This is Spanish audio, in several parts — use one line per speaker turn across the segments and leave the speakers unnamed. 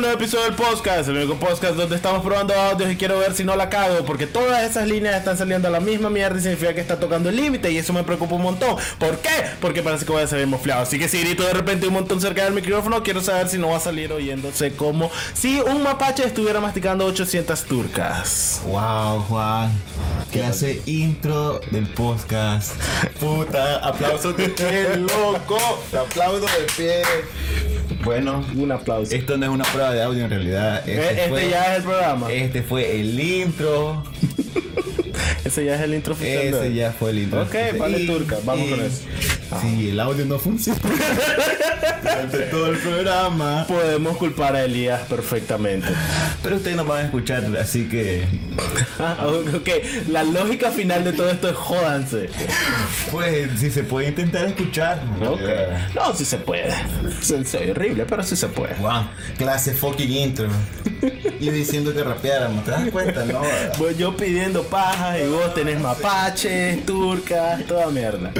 nuevo episodio del podcast, el único podcast donde estamos probando audios y quiero ver si no la cago, porque todas esas líneas están saliendo a la misma mierda y significa que está tocando el límite y eso me preocupa un montón. ¿Por qué? Porque parece que voy a salir mofleado. Así que si grito de repente un montón cerca del micrófono, quiero saber si no va a salir oyéndose como si un mapache estuviera masticando 800 turcas.
Wow, Juan. Clase intro del podcast. Puta, aplauso de pie, loco. Te aplaudo de pie. Bueno,
Un aplauso.
esto no es una prueba de audio en realidad.
Eh, Este,
fue,
ya es el programa.
este fue el intro.
Ese ya es el intro oficial. de
Ese
hoy.
ya fue el intro.
Ok, vale
Y-
turca, vamos
y-
con eso.
Sí, el audio no funciona. Durante todo el programa.
Podemos culpar a Elías perfectamente.
Pero ustedes nos van a escuchar, así que.
Ah, ok, la lógica final de todo esto es jódanse.
Pues, si se puede intentar escuchar.
Ok. No, sí se puede. Soy, soy horrible, pero sí se puede.
Wow, clase fucking intro. Y diciendo que rapeáramos, ¿te das cuenta? No.
Voy yo pidiendo pajas y vos tenés mapaches, turcas, toda mierda.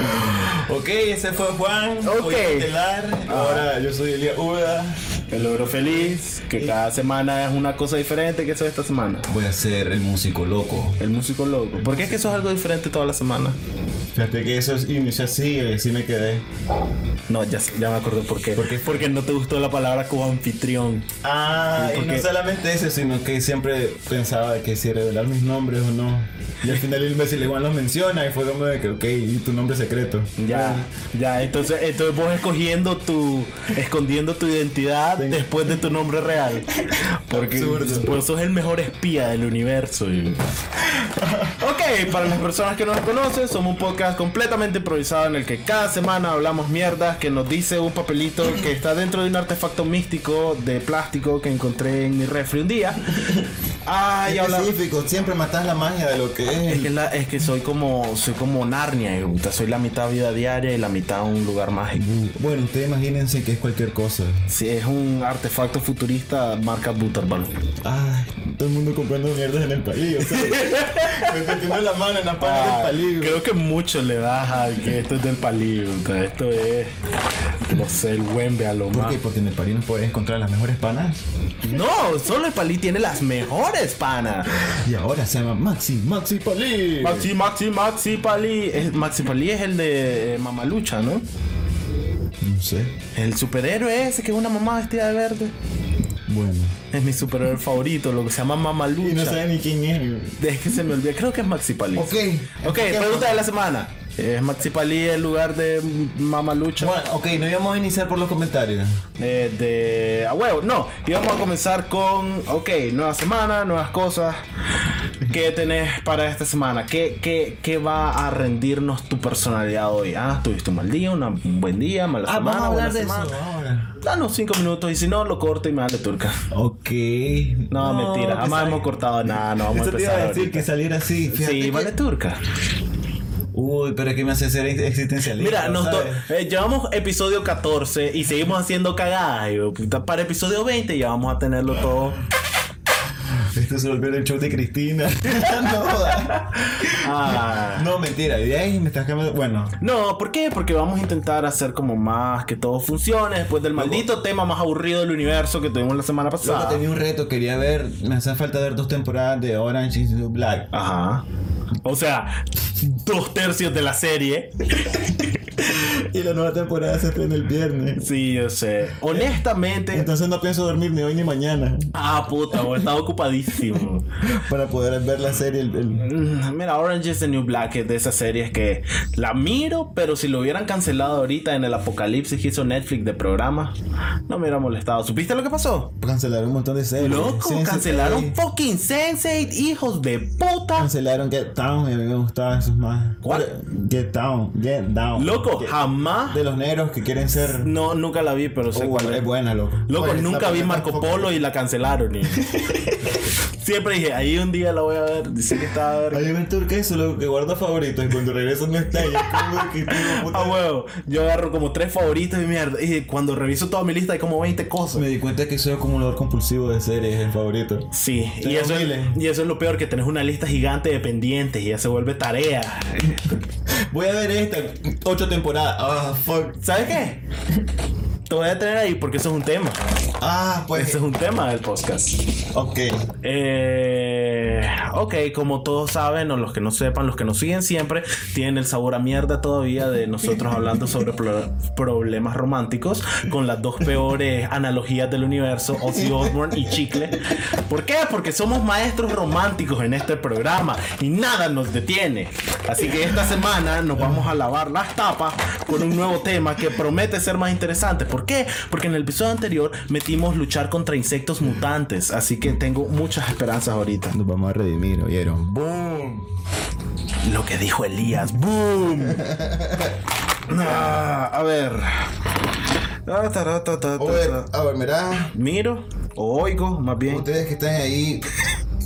Ok, ese fue Juan.
Ok.
Voy a telar. Ahora yo soy Elia Uda.
El logro feliz, que cada semana es una cosa diferente que soy esta semana.
Voy a ser el músico loco.
El músico loco. ¿Por qué es que eso es algo diferente toda la semana?
Fíjate que eso es inicio así, así me quedé.
No, ya, ya me acordé por qué.
¿Por qué?
Porque no te gustó la palabra coanfitrión.
Ah,
Sí,
y no
porque-
solamente eso, sino que siempre pensaba que si revelar mis nombres o no. Y al final el imbécil igual los menciona y fue como de que, ok, y tu nombre secreto.
Ya, ya, entonces, entonces vos escogiendo tu, escondiendo tu identidad
Venga.
después de tu nombre real. Porque
Absurdo.
vos sos el mejor espía del universo. y- Ok, para las personas que no nos conocen, somos un podcast completamente improvisado en el que cada semana hablamos mierdas que nos dice un papelito que está dentro de un artefacto místico de plástico que encontré en mi refri un día. Ah, y hablamos...
Específico, siempre matas la magia de lo que
Es que, la- es que soy como soy como Narnia, y, puta, soy la mitad vida diaria y la mitad un lugar mágico.
Bueno, ustedes imagínense que es cualquier cosa.
Sí, es un artefacto futurista marca Butterball.
Ay, todo el mundo comprando mierdas en el palillo. Me metiendo la mano en la
Ah, creo que mucho le das a que esto es del palillo. o sea, Esto es, no sé, el Wembe a lo
¿Por
más.
qué? Porque en el palillo puedes encontrar las mejores panas.
No, solo el palillo tiene las mejores panas.
Y ahora se llama Maxi, Maxi Palí.
Maxi, Maxi, Maxi Pali. Es- Maxi Pali es el de eh, Mamalucha, ¿no?
No sé.
El superhéroe ese que es una mamá vestida de verde.
Bueno.
Es mi superhéroe favorito, lo que se llama Mamalucha.
Y no sabe ni quién es.
Es que se me olvidó, creo que es Maxi Palí.
Ok.
Ok, pregunta de la semana. ¿Es Maxi Palí el lugar de Mamalucha?
Bueno, ok, no íbamos a iniciar por los comentarios.
Eh, de a huevo, no. Y vamos a comenzar con, ok, nueva semana, nuevas cosas. ¿Qué tenés para esta semana? ¿Qué, qué, qué va a rendirnos tu personalidad hoy? Ah, tuviste un mal día, una- un buen día, mala
Ah,
semana, buena semana.
ahora.
Danos cinco minutos y si no, lo corto y me de turca.
Ok.
No, mentira,
que
jamás
sal-
hemos cortado nada, no vamos a
Eso te iba a
empezar
decir que
ahorita.
saliera así. Fíjate
Sí,
que-
vale turca.
Uy, pero es que me hace ser ex- existencialista.
Mira, nos to-
¿sabes?
eh, llevamos episodio 14 y seguimos haciendo cagadas. hijo de puta. Para episodio 20 ya vamos a tenerlo todo.
Esto se volvió el show de Cristina. no, joda.
Ah.
no, mentira. Y ahí me estás cambiando. Bueno,
No, ¿por qué? Porque vamos a intentar hacer como más que todo funcione después del maldito tema más aburrido del universo que tuvimos la semana
yo
pasada.
tenía un reto. Quería ver. Me hacía falta ver dos temporadas de Orange is the New Black.
Ajá. O sea, dos tercios de la serie.
Y la nueva temporada se estrena el viernes.
Sí, yo sé. Honestamente.
Eh, Entonces no pienso dormir ni hoy ni mañana
Ah, puta, vos estás ocupadísimo.
para poder ver la serie. El, el-
Mm, Mira, Orange is the New Black es de esas series que la miro, pero si lo hubieran cancelado ahorita en el apocalipsis que hizo Netflix de programa, no me hubiera molestado. ¿Supiste lo que pasó?
Cancelaron un montón de series.
Loco,
Sense8,
cancelaron fucking Sense8, hijos de puta.
Cancelaron Get Down y a mí me gustaban esos más.
¿Cuál?
Get Down, Get Down.
Loco,
Get-
jamás.
De los negros que quieren ser.
No, nunca la vi, pero sé
Oh,
cuál
es
es.
buena, loco.
Loco,
Bueno,
nunca
la
vi
primera
Marco
tampoco.
Polo y la cancelaron. y- Siempre dije, ahí un día la voy a ver. Dice que estaba verga.
Oye, ven turca eso, lo que guarda favorito y cuando regreso no está ahí. es como que tengo puta-
Ah, huevo. Yo agarro como tres favoritos y mierda. Y cuando reviso toda mi lista hay como 20 cosas.
Me di cuenta que soy acumulador compulsivo de series, el favorito.
Sí, y
Tengo
eso, es,
miles.
y eso es lo peor, que tenés una lista gigante de pendientes y ya se vuelve tarea.
Voy a ver esta, ocho temporadas. Ah, fuck.
¿Sabes qué? Te voy a tener ahí porque eso es un tema.
Ah, pues.
Ese es un tema del podcast.
Ok.
Eh, ok, como todos saben, o los que no sepan, los que nos siguen siempre, tienen el sabor a mierda todavía de nosotros hablando sobre pro- problemas románticos con las dos peores analogías del universo, Ozzy Osbourne y Chicle. ¿Por qué? Porque somos maestros románticos en este programa y nada nos detiene. Así que esta semana nos vamos a lavar las tapas con un nuevo tema que promete ser más interesante. ¿Por qué? Porque en el episodio anterior metimos luchar contra insectos mutantes, así que tengo muchas esperanzas ahorita.
Nos vamos a redimir, ¿oyeron? ¡Boom!
Lo que dijo Elías. ¡Boom! Ah, a ver. Ah, Ta, ta, ta, ta, ta,
A ver,
ta.
a ver, mirá.
Miro o oigo, más bien.
Ustedes que están ahí.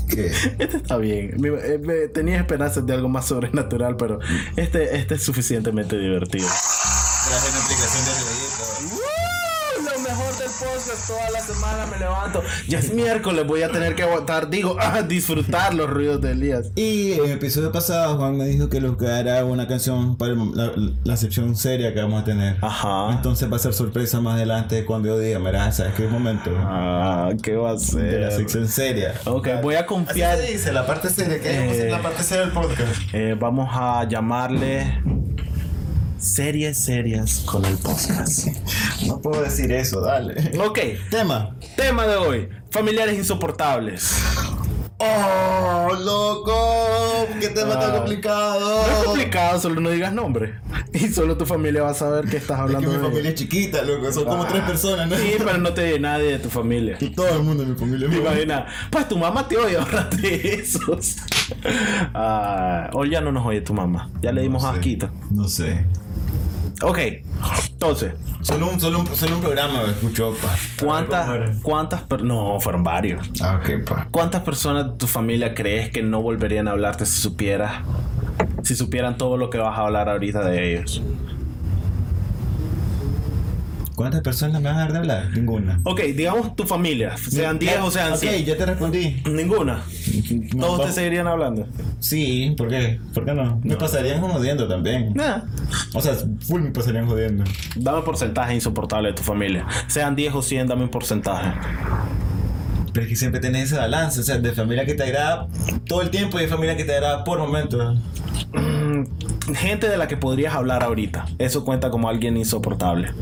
¿Qué?
Este está bien. Mi- eh, me- Tenía esperanzas de algo más sobrenatural, pero este, este es suficientemente divertido.
Traje una aplicación de reggaetón.
Lo mejor del podcast, toda la semana me levanto. Ya es miércoles, voy a tener que aguantar, digo, ah, disfrutar los ruidos de Elías.
Y en el episodio pasado, Juan me dijo que nos quedará una canción para el- la, la sección seria que vamos a tener.
Ajá.
Entonces va a ser sorpresa más adelante cuando yo diga, mirá, ¿sabes qué momento?
Ah, ¿qué va a
De la
ser?
sección seria.
Ok, voy a
Así
confiar.
se dice, la parte seria.
Eh.
¿Qué vamos a hacer la parte seria del podcast?
Eh, vamos a llamarle series serias con el podcast.
No puedo decir eso, dale.
Ok,
Tema.
tema de hoy, familiares insoportables.
¡Oh, loco! ¡Qué tema
Ah.
tan complicado!
No es complicado, solo no digas nombre. Y solo tu familia va a saber que estás
Es que
hablando
mi
de
familia es chiquita, loco. Son como tres personas, ¿no?
Sí, pero no te oye nadie de tu familia.
Todo el mundo en mi familia.
Me
es bueno.
imagina, pues tu mamá te oye, ahorrate esos. Ah, hoy ya no nos oye tu mamá. Ya le dimos
No sé,
asquito.
No sé.
Ok, entonces,
Solo un, solo un, solo un programa escuchó, pa.
¿cuántas, cuántas, per- no, fueron varios.
Ah, ok, pa.
¿Cuántas personas de tu familia crees que no volverían a hablarte si supieras? Si supieran todo lo que vas a hablar ahorita de ellos.
¿Cuántas personas me van a dar de hablar? Ninguna.
Ok, digamos tu familia, sean 10 o sean
Ok,
100.
ya te respondí.
Ninguna.
No,
Todos te
va-
seguirían hablando.
Sí, ¿por qué? ¿Por qué no? Me pasarían jodiendo también.
Nada.
O sea, full me pasarían jodiendo.
Dame porcentaje insoportable de tu familia. Sean 10 o 100, dame un porcentaje.
Pero es que siempre tenés ese balance, o sea, de familia que te agrada todo el tiempo y de familia que te agrada por momentos.
Mm, Gente de la que podrías hablar ahorita. Eso cuenta como alguien insoportable.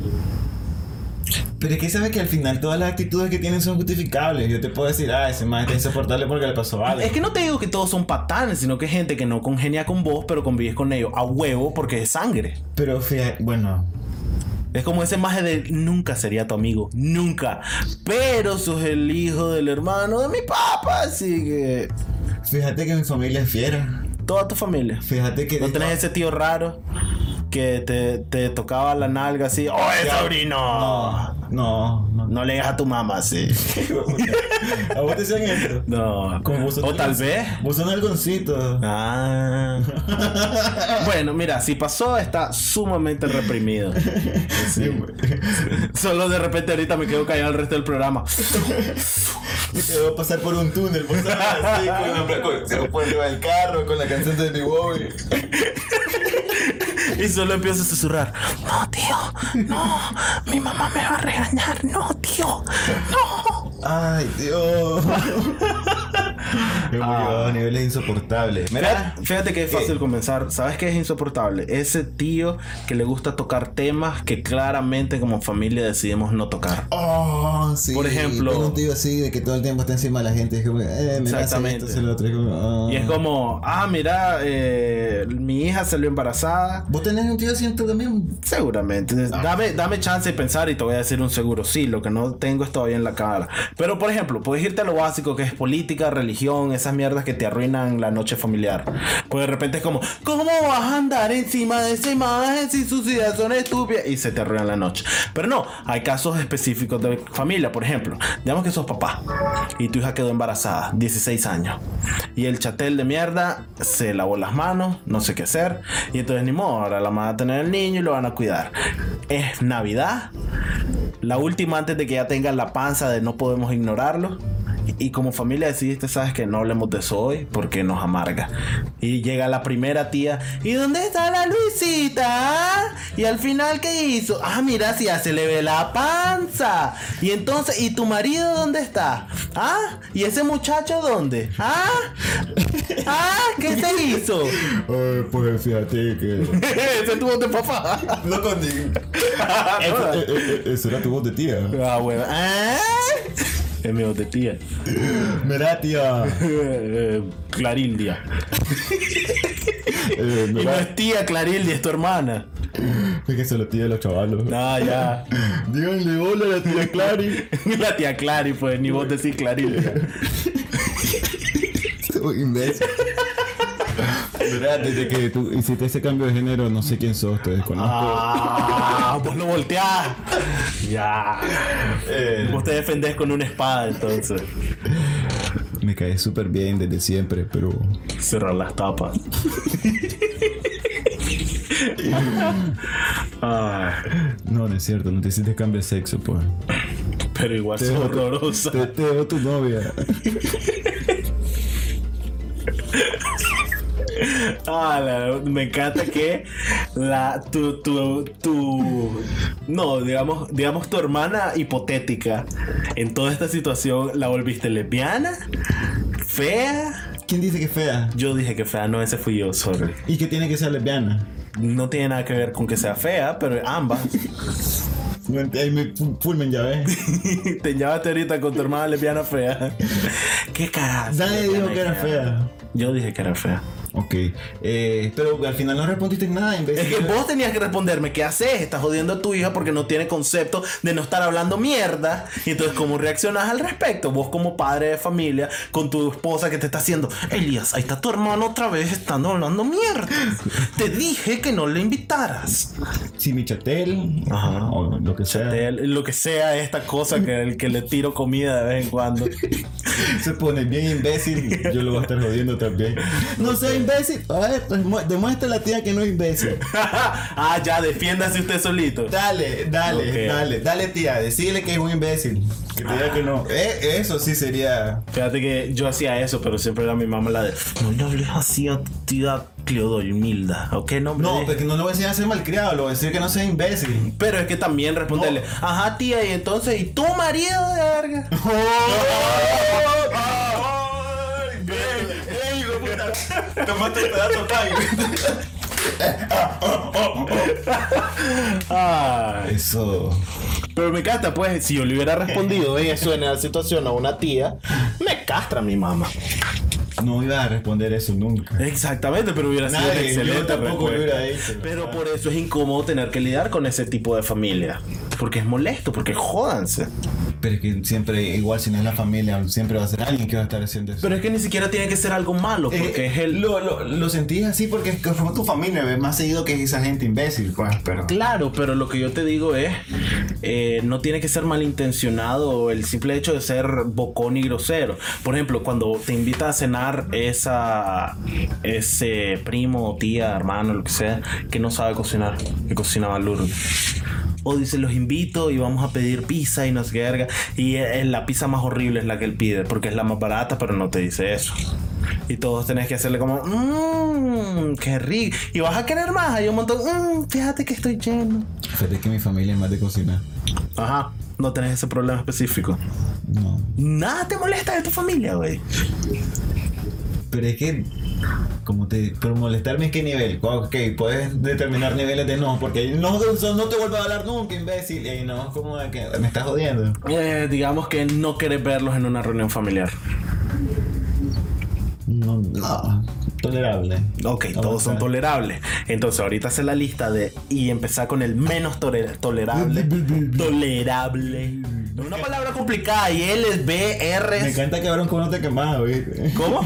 Pero es que sabes que al final todas las actitudes que tienen son justificables. Yo te puedo decir, ah, ese man está insoportable porque le pasó algo.
Es que no te digo que todos son patanes, sino que es gente que no congenia con vos, pero convives con ellos a huevo porque es sangre.
Pero fíjate, bueno,
Es como ese maje de nunca sería tu amigo, nunca. Pero sos el hijo del hermano de mi papá, así que
fíjate que mi familia es fiera.
toda tu familia.
Fíjate que.
No tenés ese tío raro que te, te tocaba la nalga así, ¡Oye, sobrino!
No, no, no.
No le digas a tu mamá así.
¿A vos te decían esto?
No.
Como vos sos
O tal
algo-
vez.
Vos sos algoncito.
Ah. Bueno, mira, si pasó, está sumamente reprimido.
Sí, güey.
Solo de repente ahorita me quedo callado el resto del programa.
Te voy a pasar por un túnel, vos sabés, así, con, la- con, con, por arriba del carro, con la canción de mi Bobby.
Y solo empiezo a susurrar. No, tío. No. Mi mamá me va a regañar. No, tío. No.
Ay, Dios. Ah. a niveles insoportables. Mira,
Fíjate, fíjate que es fácil comenzar. ¿Sabes qué es insoportable? Ese tío que le gusta tocar temas que claramente como familia decidimos no tocar.
Oh, sí.
Por ejemplo-
Tengo un tío así de que todo el tiempo está encima de la gente. Es como, eh, me
Exactamente.
Exactamente. Esto, es lo otro. es como, ah.
Y es como, ah, mira, eh, mi hija salió embarazada.
¿Vos tenés un tío así en tu también?
Seguramente. Dame, dame chance de pensar y te voy a decir un seguro. Sí, lo que no tengo es todavía en la cara. Pero, por ejemplo, puedes irte a lo básico que es política, religión, esas mierdas que te arruinan la noche familiar. Pues de repente es como, ¿cómo vas a andar encima de esa imagen si sus ideas son estúpidas? Y se te arruina la noche. Pero no, hay casos específicos de familia. Por ejemplo, digamos que sos papá y tu hija quedó embarazada, 16 años. Y el chatel de mierda se lavó las manos, no sé qué hacer. Y entonces ni modo, ahora la van a tener el niño y lo van a cuidar. Es Navidad, la última antes de que ya tengan la panza de no podemos ignorarlo. Y como familia decidiste, sabes que no hablemos de eso hoy porque nos amarga. Y llega la primera tía. ¿Y dónde está la Luisita? Y al final, ¿qué hizo? Ah, mira, si ya se le ve la panza. Y entonces, ¿y tu marido dónde está? Ah, ¿y ese muchacho dónde? Ah, ah, ¿qué se hizo?
Ay, pues fíjate que.
Ese tuvo de papá.
No con eh, eh, eh, Eso era tu voz de tía.
Ah, bueno. Ah. Es mi voz de tía.
Mirá, tía.
Eh, Clarildia.
Eh,
Y no
mirá.
es tía Clarildia, es tu hermana.
Es que se lo tía de los chavalos.
Ah, ya.
Díganle hola a la tía Clary.
La tía Clary, pues, ni vos decís Clarildia.
Uy, Este imbécil. Mirá, desde que tú hiciste ese cambio de género, no sé quién sos, te desconozco.
Ah, vos lo volteás. Ya.
Eh,
Vos te defendés con una espada, entonces.
me caes súper bien desde siempre, pero.
Cerrar las tapas. Ah,
No, no es cierto, no te hiciste cambio de sexo, pues.
pero igual es horrorosa.
Te, te dejó tu novia.
Ah, la- me encanta que la tu, tu, tu no, digamos, digamos tu hermana hipotética en toda esta situación la volviste lesbiana, fea.
¿Quién dice que es fea?
Yo dije que fea, no, ese fui yo, sorry.
¿Y que tiene que ser lesbiana?
No tiene nada que ver con que sea fea, pero ambas.
No ent- Ahí me fu- fulmen, ya ves.
Te llamaste ahorita con tu hermana lesbiana fea. ¿Qué carajo?
Nadie dijo que era fea.
Yo dije que era fea.
Ok, eh, pero al final no respondiste nada,
Es
imbécil.
que vos tenías que responderme, ¿qué haces? Estás jodiendo a tu hija porque no tiene concepto de no estar hablando mierda. Y entonces, ¿cómo reaccionás al respecto? Vos como padre de familia, con tu esposa que te está haciendo, Elías, ahí está tu hermano otra vez estando hablando mierda. Te dije que no le invitaras.
Si mi chatel,
Ajá.
o lo que sea,
De él, lo que sea esta cosa que, el que le tiro comida de vez en cuando.
se pone bien imbécil, yo lo voy a estar jodiendo también. No sea imbécil, a ver, pues, mu- demuestra a la tía que no es imbécil.
ah, ya, defiéndase usted solito.
Dale, dale,
Ok.
dale, dale tía, decirle que es un imbécil. Que te diga que no. Eh, eso sí sería...
Fíjate que yo hacía eso, pero siempre era mi mamá la de no le hables así a tu tía Cleodolmilda. ¿O qué nombre?
No,
es?"
porque no lo voy a decir a ser malcriado, lo voy a decir que no sea imbécil.
Pero es que también responderle,
No.
ajá tía, y entonces, ¿y tu marido de verga?
¡Ay, bien! ¡Ey, hijo de puta! Tomaste el pedazo, Kai.
Ay,
Eso.
pero me encanta, pues, si yo le hubiera respondido eso en esa situación a una tía, me castra mi mamá.
No iba a responder eso nunca.
Exactamente, pero hubiera sido una
Nadie, yo
excelente
tampoco lo
respuesta.
hubiera hecho.
Pero por eso es incómodo tener que lidiar con ese tipo de familia. Porque es molesto, porque jódanse.
Pero es que siempre, igual si no es la familia, siempre va a ser alguien que va a estar haciendo eso.
Pero es que ni siquiera tiene que ser algo malo, porque
Eh,
es el...
lo, lo, lo sentís así porque es que fue tu familia, ves, más seguido que esa gente imbécil, pues, pero...
Claro, pero lo que yo te digo es, eh, no tiene que ser malintencionado el simple hecho de ser bocón y grosero. Por ejemplo, cuando te invita a cenar esa, ese primo, tía, hermano, lo que sea, que no sabe cocinar, que cocina mal duro. O dice, los invito y vamos a pedir pizza y no sé qué verga. Y eh, la pizza más horrible es la que él pide, porque es la más barata, pero no te dice eso. Y todos tenés que hacerle como, mmm, qué rico. Y vas a querer más. Hay un montón, mmm, fíjate que estoy lleno.
Fíjate que mi familia es más de cocinar.
Ajá, no tenés ese problema específico.
No.
Nada te molesta de tu familia, güey.
Pero es que, como te... Pero molestarme es qué nivel. Ok, puedes determinar niveles de no, porque no, no te vuelvo a hablar nunca, imbécil. Y no, como de que me estás jodiendo.
Eh, digamos que no querés verlos en una reunión familiar.
No, no. Tolerable.
Ok, todos son
Aguantar.
tolerables. Entonces, ahorita hace la lista de y empezar con el menos tore- tolerable. tolerable. Una palabra complicada y L, B,
Me
R.
encanta que cabrón, cómo no te quemas, ¿viste?
¿Cómo?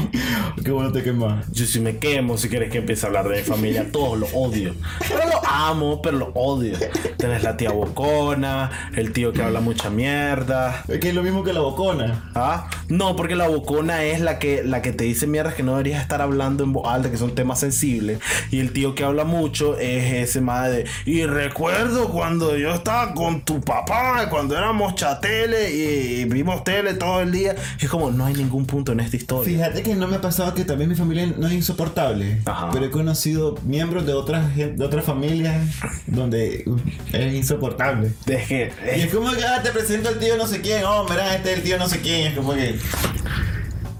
Qué bueno te quemas.
Yo si me quemo, si quieres que empiece a hablar de mi familia, todos los odio. Pero lo amo, pero lo odio. Tenés la tía bocona, el tío que habla mucha mierda.
Es que es lo mismo que la bocona.
¿Ah? No, porque la bocona es la que, la que te dice mierdas que no deberías estar hablando en voz alta, que son temas sensibles. Y el tío que habla mucho es ese madre de. Y recuerdo cuando yo estaba con tu papá, cuando éramos chateros tele y vimos tele todo el día. Es como, no hay ningún punto en esta historia.
Fíjate que no me ha pasado que también mi familia no es insoportable.
Ajá.
Pero he conocido miembros de otras gen- de otras familias donde uh, es insoportable.
Es que.
Y
es-
es como que, ah, te presento al tío no sé quién. Oh, mira, este es el tío no sé quién. Es como que.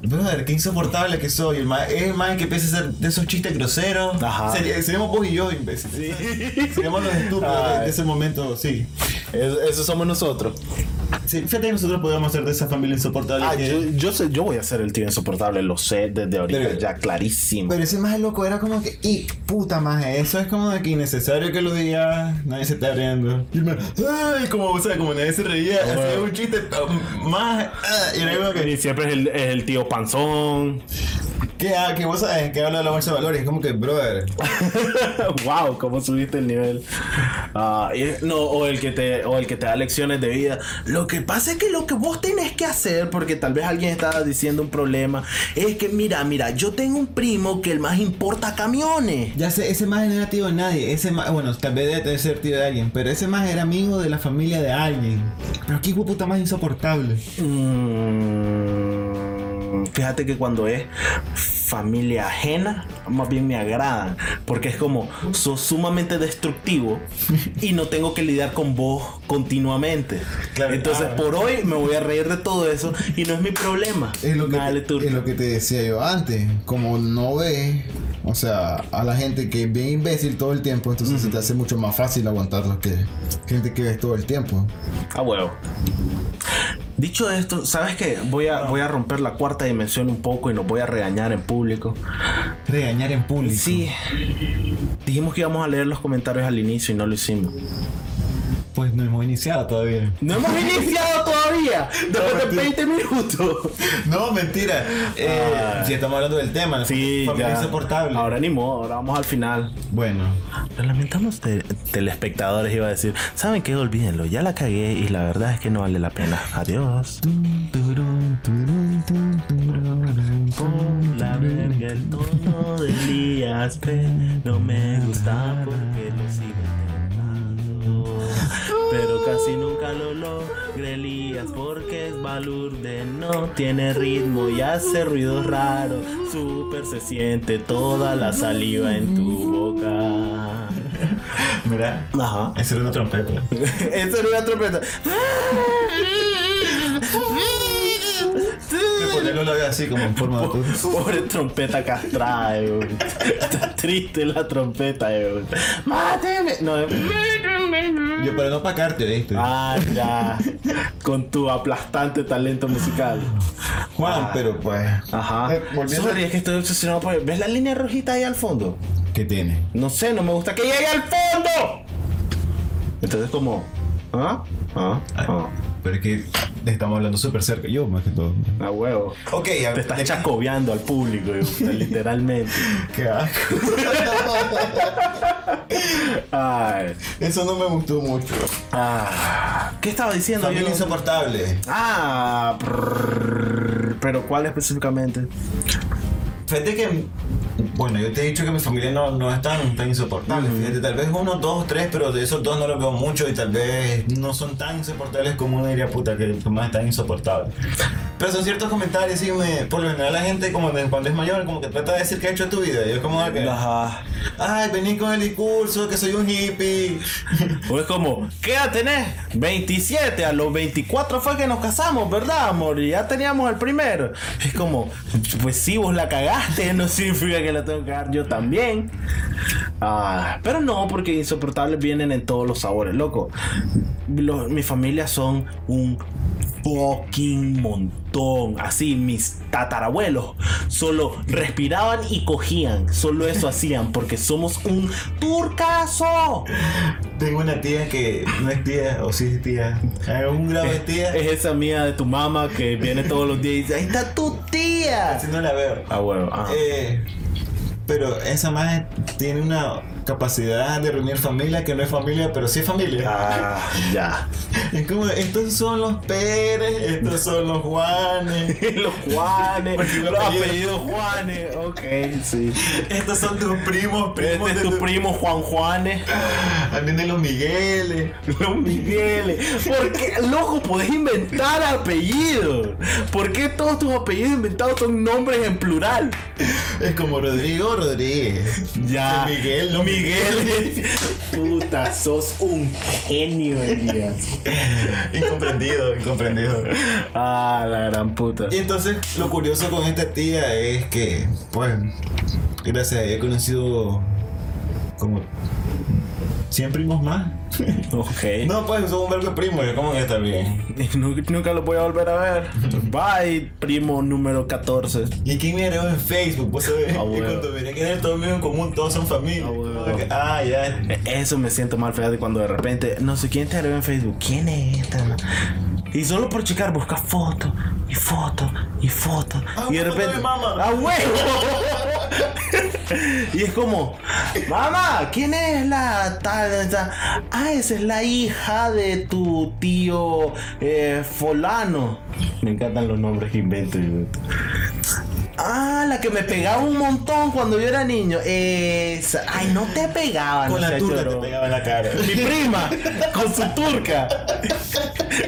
Brother, qué insoportable que soy. El ma- es el man que empieza a hacer de esos chistes groseros.
Ajá.
Seri- seríamos vos y yo, imbécil. Seríamos los estúpidos de- de,
Ay.
ese momento, sí.
es- eso somos nosotros.
Sí, Fíjate que nosotros podíamos ser de esa familia insoportable.
Ah,
que-
yo, yo sé, yo voy a ser el tío insoportable, lo sé desde ahorita,
Pero-
ya clarísimo.
Pero ese más loco era como que, y puta más, eso es como de que innecesario que lo digas, nadie se está riendo. Y el man, ay, como, o sea, como nadie se reía,
Bueno.
hacía un chiste um, más, ah, y era como que,
Y siempre es el, es el tío panzón.
¿qué, ah, que vos sabes que habla de la bolsa de valores? Es como que, brother,
wow, cómo subiste el nivel. Ah, y- no, o el que te, o el que te da lecciones de vida. Lo que pasa es que lo que vos tenés que hacer, porque tal vez alguien estaba diciendo un problema, es que mira, mira, yo tengo un primo que el más importa camiones.
ya sé, ese más es negativo de nadie, ese más, bueno, tal vez debe ser tío de alguien, pero ese más era amigo de la familia de alguien. Pero qué hijo de puta más insoportable.
Mm, Fíjate que cuando es familia ajena, más bien me agradan, porque es como, sos sumamente destructivo y no tengo que lidiar con vos continuamente.
Claro,
Entonces,
ah.
por hoy me voy a reír de todo eso y no es mi problema.
Es lo, que
Dale,
te,
turco.
es lo que te decía yo antes. Como no ves, o sea, a la gente que es bien imbécil todo el tiempo, entonces se te hace mucho más fácil aguantarlo que gente que ves todo el tiempo.
A Ah, huevo. Dicho esto, ¿sabes qué? Voy a, voy a romper la cuarta dimensión un poco y nos voy a regañar en público.
Regañar en público.
Sí, dijimos que íbamos a leer los comentarios al inicio y no lo hicimos.
Pues no hemos iniciado todavía.
No hemos iniciado todavía. Después de 20 minutos.
No, mentira. Eh,
Ah.
si estamos hablando del tema,
Sí,
familia
ya.
insoportable.
Ahora ni modo, ahora vamos al final.
Bueno,
Lo lamentamos, te- telespectadores, iba a decir. ¿Saben qué? Olvídenlo, ya la cagué y la verdad es que no vale la pena. Adiós. Por la verga, el tono de Elías P. No me gusta porque lo sigo intentando. Pero casi nunca lo logré, Elías, porque es balurde. No tiene ritmo y hace ruidos raros. Súper se siente toda la saliva en tu boca.
mira,
Ajá.
esa era una trompeta.
Eso era una trompeta.
Que ponerlo lo veo así, como en forma de cruz.
Pobre trompeta castrada, eh, güey. Está triste la trompeta, eh, güey. ¡Máteme! No, eh.
Yo, para no pacarte, ¿viste?
Ah, ya. Con tu aplastante talento musical.
Juan,
ah.
pero pues.
Ajá.
Eh, volviendo-
Sorry, es que estoy obsesionado por... ¿Ves la línea rojita ahí al fondo?
¿Qué tiene?
No sé, no me gusta que llegue al fondo. Entonces como... ¿Ah? ¿Ah? ¿Ah?
Pero es que estamos hablando súper cerca. Yo, más que todo.
A huevo.
Ok, a-
Te estás
de-
chacobeando al público, eh, güey, literalmente.
Qué asco.
Ay.
Eso no me gustó mucho.
Ah, ¿Qué estaba diciendo?
Familia
yo?
insoportable.
Ah, prrr, pero ¿cuál específicamente?
Fíjate que. Bueno, yo te he dicho que mi familia no, no es tan, tan insoportable. Fíjate, tal vez uno, dos, tres, pero de esos dos no los veo mucho y tal vez no son tan insoportables como uno diría, puta, que tu madre es tan insoportable. Pero son ciertos comentarios y me, por lo general la gente como de- cuando es mayor como que trata de decir que ha hecho tu vida. Y es como ah, que,
Ajá.
ay, vení con el discurso, que soy un hippie.
O es como, ¿qué edad tenés? 27, a los 24 fue que nos casamos, ¿verdad, amor? Y ya teníamos el primero. Es como, pues sí, vos la cagaste, no significa que la tengo que cagar yo también. Ah, pero no, porque insoportables vienen en todos los sabores, loco. Los- mi familia son un fucking montón. Así, mis tatarabuelos solo respiraban y cogían. Solo eso hacían, porque somos un turcaso.
Tengo una tía que no es tía, o sí es tía. Es un grave tía.
Es esa mía de tu mamá que viene todos los días y dice, ahí está tu tía.
Así no la veo.
Ah, bueno. ajá.
Eh, pero esa madre tiene una capacidad de reunir familia que no es familia, pero sí es familia.
Ah, ya.
Es como, estos son los Pérez, estos son los Juanes,
los Juanes,
Porque los
los apellidos Juanes. Ok, sí.
estos son tus primos,
Este
primos
es
de
tu
tu-
primo Juan Juanes.
También de los Migueles.
Los Migueles. ¿Por qué, loco, podés inventar apellidos? ¿Por qué todos tus apellidos inventados son nombres en plural?
Es como Rodrigo Rodríguez.
Ya.
De Miguel, no
Ah. Miguel. Puta, sos un genio, Elías.
Incomprendido, incomprendido.
Ah, la gran puta.
Y entonces lo curioso con esta tía es que, pues, gracias a ella he conocido como 100 primos más.
Ok.
No, pues, son un verbo de primos, yo como que está bien.
Nu- Nunca lo voy a volver a ver. Bye, primo número 14.
¿Y quién me agregó en Facebook? Pues, ¿sabes?
Ah,
y
bueno.
cuando miré que era todo mío en común, todos son familia.
Ah, bueno.
Como que, ah, ya.
E- Eso me siento mal, fíjate, cuando de repente, no sé quién te agregó en Facebook, quién es esta. ma-? Y solo por checar, busca foto, y foto, y foto.
Ah,
y de
una foto
repente.
de mamá.
¡Ah, huevo! y es como, mamá, ¿quién es la tal? tal? Ah, esa es la hija de tu tío eh, Folano. Me encantan los nombres que invento. yo. Ah, la que me pegaba un montón cuando yo era niño. Esa. Ay, no te pegaba,
Con
no
la
seas
turca te
llorón.
pegaba en la cara.
Mi prima, con su turca.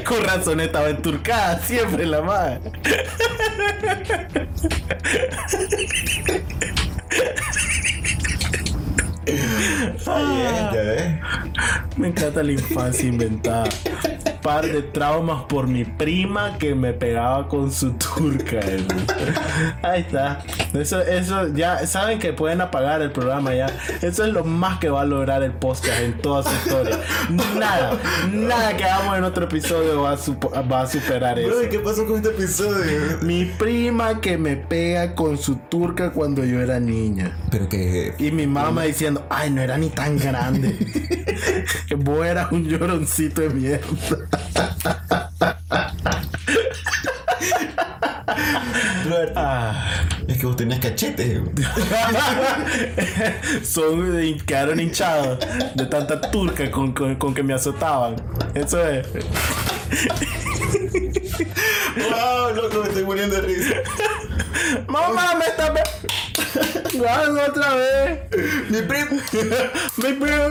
Con razón estaba enturcada siempre la madre.
Ay, ya, ya ves.
Me encanta la infancia inventada. Par de traumas por mi prima que me pegaba con su turca. eh. Ahí está. Eso, eso, ya saben que pueden apagar el programa ya. Eso es lo más que va a lograr el podcast en toda su historia. Nada, nada que hagamos en otro episodio va a, supo- va a superar eso.
Bro, ¿y qué pasó con este episodio?
Mi prima que me pega con su turca cuando yo era niña.
Pero que.
Y mi mamá diciendo, ay, no era ni tan grande. Vos eras un lloroncito de mierda. Ah.
Es que vos tenías cachetes.
Son, quedaron hinchados de tanta turca con, con- con que me azotaban. Eso es.
¡Wow, loco! Me estoy muriendo de risa.
Mamá, me está... pe- Dame otra vez.
Mi primo.
Mi primo.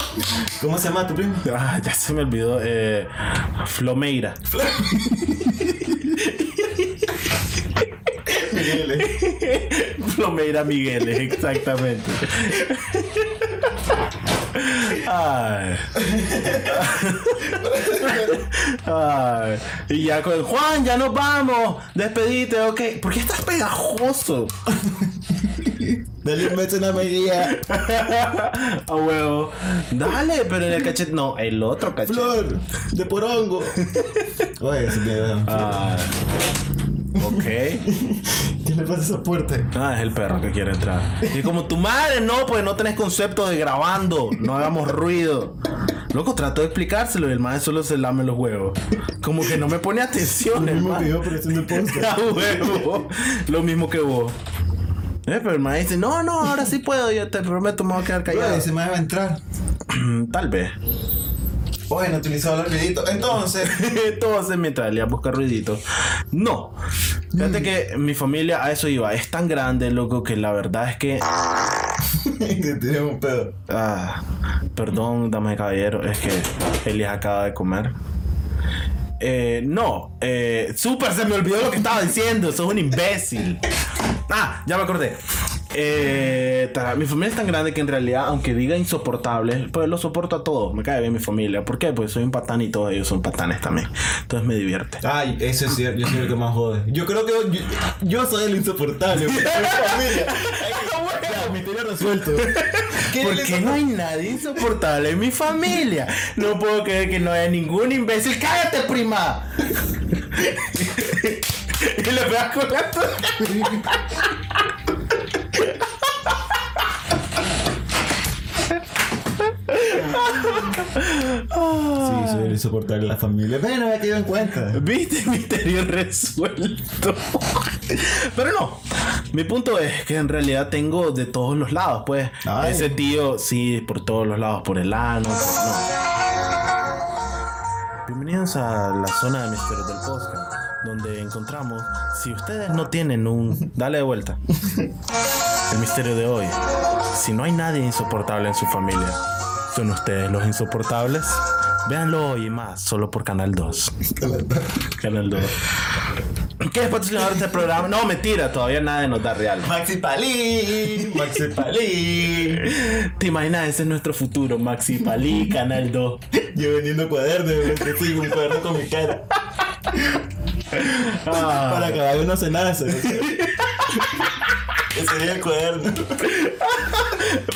¿Cómo se llama tu primo?
Ah, ya se me olvidó. eh, Flomeira.
Miguel.
Plomeira Miguel, exactamente. Ay. Ay. Y ya con Juan, ya nos vamos. Despedite, ok. ¿Por qué estás pegajoso?
Dale un beso a una María.
A Ah, huevo. Dale, pero en el cachete. No, el otro cachete.
Flor. De porongo. Oye, se me da.
Ay. Ok.
¿Qué le pasa a esa puerta?
Ah, es el perro que quiere entrar. Y como tu madre, no, pues no tenés concepto de grabando. No hagamos ruido. Loco, trató de explicárselo y el maestro solo se lame los huevos. Como que no me pone atención,
El mismo que
hermano.
yo, pero haciendo podcast.
A huevo. Lo mismo que vos. Eh, pero el maestro dice, no, no, ahora sí puedo, yo te prometo, me voy a quedar
Oye,
callado. Mm,
se me va a entrar.
Tal vez.
Oye, no utilizaba el olvidito. Entonces.
Entonces, mientras le busca ruidito. No. Fíjate que mi familia a eso iba. Es tan grande, loco, que la verdad es que
que tenemos un pedo.
Ah, perdón, damas y caballeros, es que Elias acaba de comer. Eh, no, eh, super se me olvidó lo que estaba diciendo, sos un imbécil. Ah, ya me acordé. Eh, tara, mi familia es tan grande que en realidad, aunque diga insoportable, pues lo soporto a todos. Me cae bien mi familia. ¿Por qué? Pues soy un patán y todos ellos son patanes también. Entonces me divierte.
Ay, eso es cierto. Yo soy el que más jode. Yo creo que yo, yo soy el insoportable. porque soy mi familia. Ya, mi tele resuelto. ¿Quién
¿Por
es el
qué no hay nadie insoportable en mi familia? No puedo creer que no haya ningún imbécil. ¡Cállate, prima! y le pegas con la tu-
Sí, imposible soportar a la familia. Pero no me he caído en cuenta.
Viste, misterio resuelto. Pero no, mi punto es que en realidad tengo de todos los lados, pues.
Ay.
Ese tío, sí, por todos los lados, por el ano. por- no. Bienvenidos a la zona de misterios del podcast, donde encontramos, si ustedes no tienen un... Dale de vuelta. El misterio de hoy. Si no hay nadie insoportable en su familia, ¿son ustedes los insoportables? Véanlo hoy y más, solo por Canal 2. Canal 2. ¿Qué es patrocinador de este programa? No, mentira, todavía nadie nos da real.
Maxi Palí, Maxi Palí.
¿Te imaginas? Ese es nuestro futuro, Maxi Palí, Canal 2.
Yo vendiendo cuadernos, güey, que estoy un cuaderno con mi cara.
Ah,
Para acabar una cenaza. güey. Ese sería el cuaderno.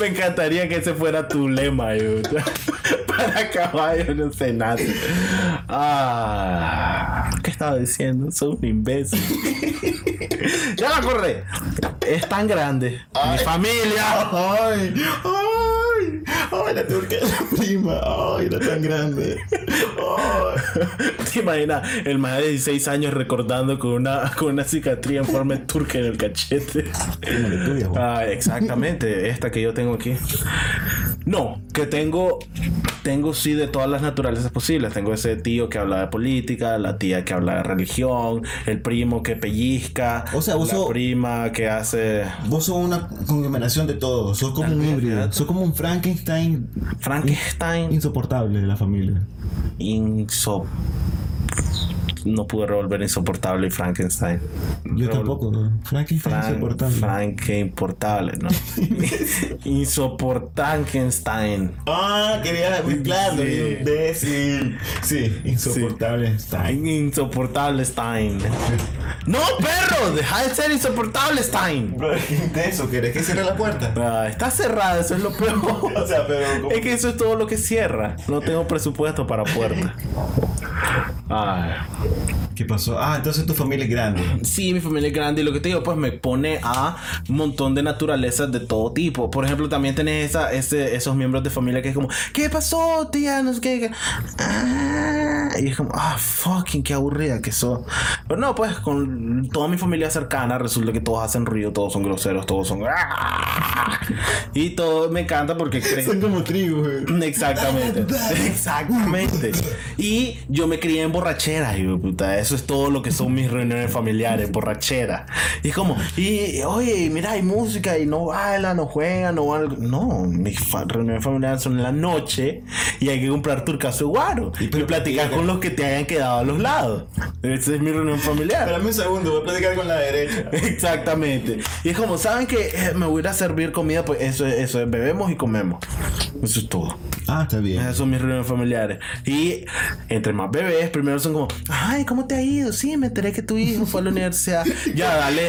Me encantaría que ese fuera tu lema, yo. Para caballo no sé nada. Ah, ¿Qué estaba diciendo? Soy un imbécil. ya la corre. Es tan grande. Mi familia.
Ay, ay, ay, la turca de la prima. Ay, era tan grande. Ay.
¿Te imaginas? El más de 16 años recordando con una, con una cicatriz en forma de turca en el cachete.
Como la tuya, güey.
Ah, exactamente, esta que yo tengo aquí. No, que tengo, tengo sí de todas las naturalezas posibles. Tengo ese tío que habla de política, la tía que habla de religión, el primo que pellizca,
O sea, vos
la
sos-
prima que hace
Vos sos una conglomeración de todo. Sos como un híbrido. Sos como un Frankenstein
Frankenstein.
insoportable de la familia.
Insop. No pude revolver insoportable y Frankenstein.
Yo
Revol-
tampoco. güey. Frankenstein
Fran,
insoportable.
Frankenportable, ¿no? Insoportankenstein.
Ah, quería mezclarlo.
Sí.
Imbécil. Sí, insoportable. Está
Stein, insoportable Stein. No, perro, deja de ser insoportable Stein.
Bro, ¿qué intenso? ¿Querés que cierre la puerta?
Ah, está cerrada, eso es lo peor.
O sea, pero. como-
Es que eso es todo lo que cierra. No tengo presupuesto para puerta. Ay.
¿Qué pasó? Ah, entonces tu familia es grande.
Sí, mi familia es grande y lo que te digo, pues me pone a un montón de naturalezas de todo tipo. Por ejemplo, también tenés esa, ese- esos miembros de familia que es como, ¿qué pasó, tía? No sé qué. que- Ah", y es como, ah, fucking, qué aburrida que sos. Pero no, pues con toda mi familia cercana resulta que todos hacen ruido, todos son groseros, todos son. "Ah". Y todo me encanta porque cre-
Son como trigo, güey.
Exactamente. Exactamente. Y yo me crié en borracheras, hijo de puta. Eso es todo lo que son mis reuniones familiares, borracheras. Y es como, y oye, mira, hay música y no baila, no juega, no algo. No, mis fa- reuniones familiares son en la noche y hay que comprar turcaso de guaro y,
Y pero-
platicar con los que te hayan quedado a los lados. Esa es mi reunión familiar.
Espérame un segundo, voy a platicar con la derecha.
Exactamente. Y es como, ¿saben que me voy a ir a servir comida? Pues eso, es- eso es, bebemos y comemos. Eso es todo.
Ah, está bien.
Esas son mis reuniones familiares. Y entre más bebés, primero son como, ay, ¿cómo te ha ido? Sí, me enteré que tu hijo fue a la universidad. ya, dale.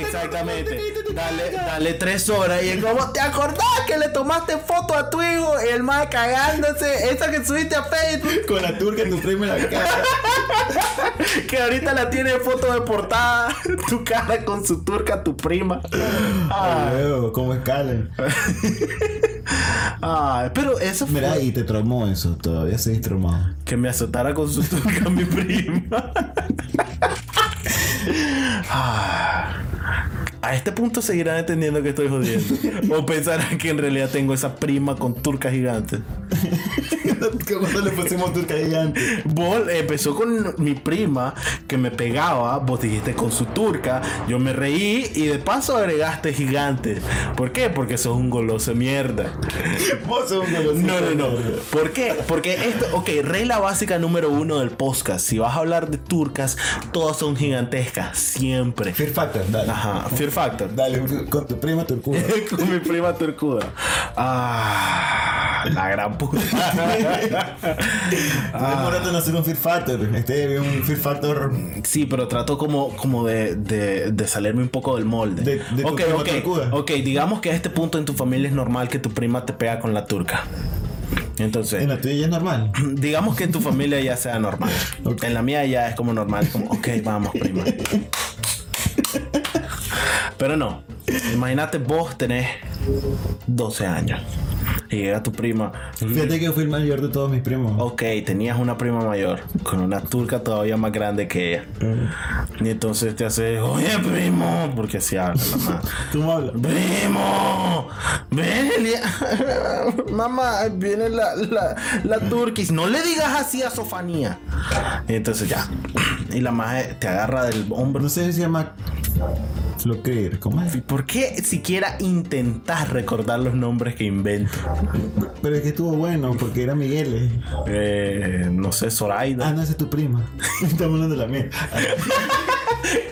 Exactamente. Dale, dale tres horas. Y es como, ¿te acordás que le tomaste foto a tu hijo? Y el más cagándose, esa que subiste a Facebook,
Con la turca, tu prima en la cara.
que ahorita la tiene en foto de portada. tu cara con su turca, tu prima. Ah,
Luego, ¿Cómo escalan?
ah, pero eso fue.
Mira, y te traumó eso. Todavía seguís traumado.
Que me azotara con su turca mi prima. Ah, A este punto seguirán entendiendo que estoy jodiendo. O pensarán que en realidad tengo esa prima con turca gigante.
¿Qué cuando le pusimos turca gigante?
Bol empezó con mi prima que me pegaba, vos dijiste con su turca, yo me reí y de paso agregaste gigante. ¿Por qué? Porque sos un goloso de mierda.
Vos sos un golosito.
No, no, no. ¿Por qué? Porque esto, ok, regla básica número uno del podcast. Si vas a hablar de turcas, todas son gigantescas, siempre.
Fear Factor, dale.
Ajá, Fear Factor.
Ah, Dale, con tu prima turcura.
Con mi prima turcuda. Ah, la gran puta.
Ah. Demórate en hacer un Fear Factor. Este es un Fear Factor
Sí, pero trato como, como de, de- de salirme un poco del molde.
De- de tu
ok,
prima
ok,
turcuda.
ok, digamos que a este punto en tu familia es normal que tu prima te pega con la turca. Entonces,
en la tuya es normal.
digamos que en tu familia ya sea normal. En la mía ya es como normal, es como, ok, vamos, prima. Pero no, imagínate vos tenés 12 años y y llega tu prima.
Fíjate que yo fui el mayor de todos mis primos.
Ok, tenías una prima mayor con una turca todavía más grande que ella. Y entonces te hace, oye, primo, porque así habla la mamá.
Tú me hablas.
¡Primo! ¡Ven, Elia- Mamá, viene la, la, la turquis. No le digas así a Sofanía. Y entonces ya. Y la maje te agarra del hombro.
No sé si se llama. Floqueir, ¿cómo es?
¿Por qué siquiera intentas recordar los nombres que invento?
Pero es que estuvo bueno porque era Miguel.
Eh, no sé, Zoraida.
Ah, no, esa es tu prima. Estamos hablando de la mía.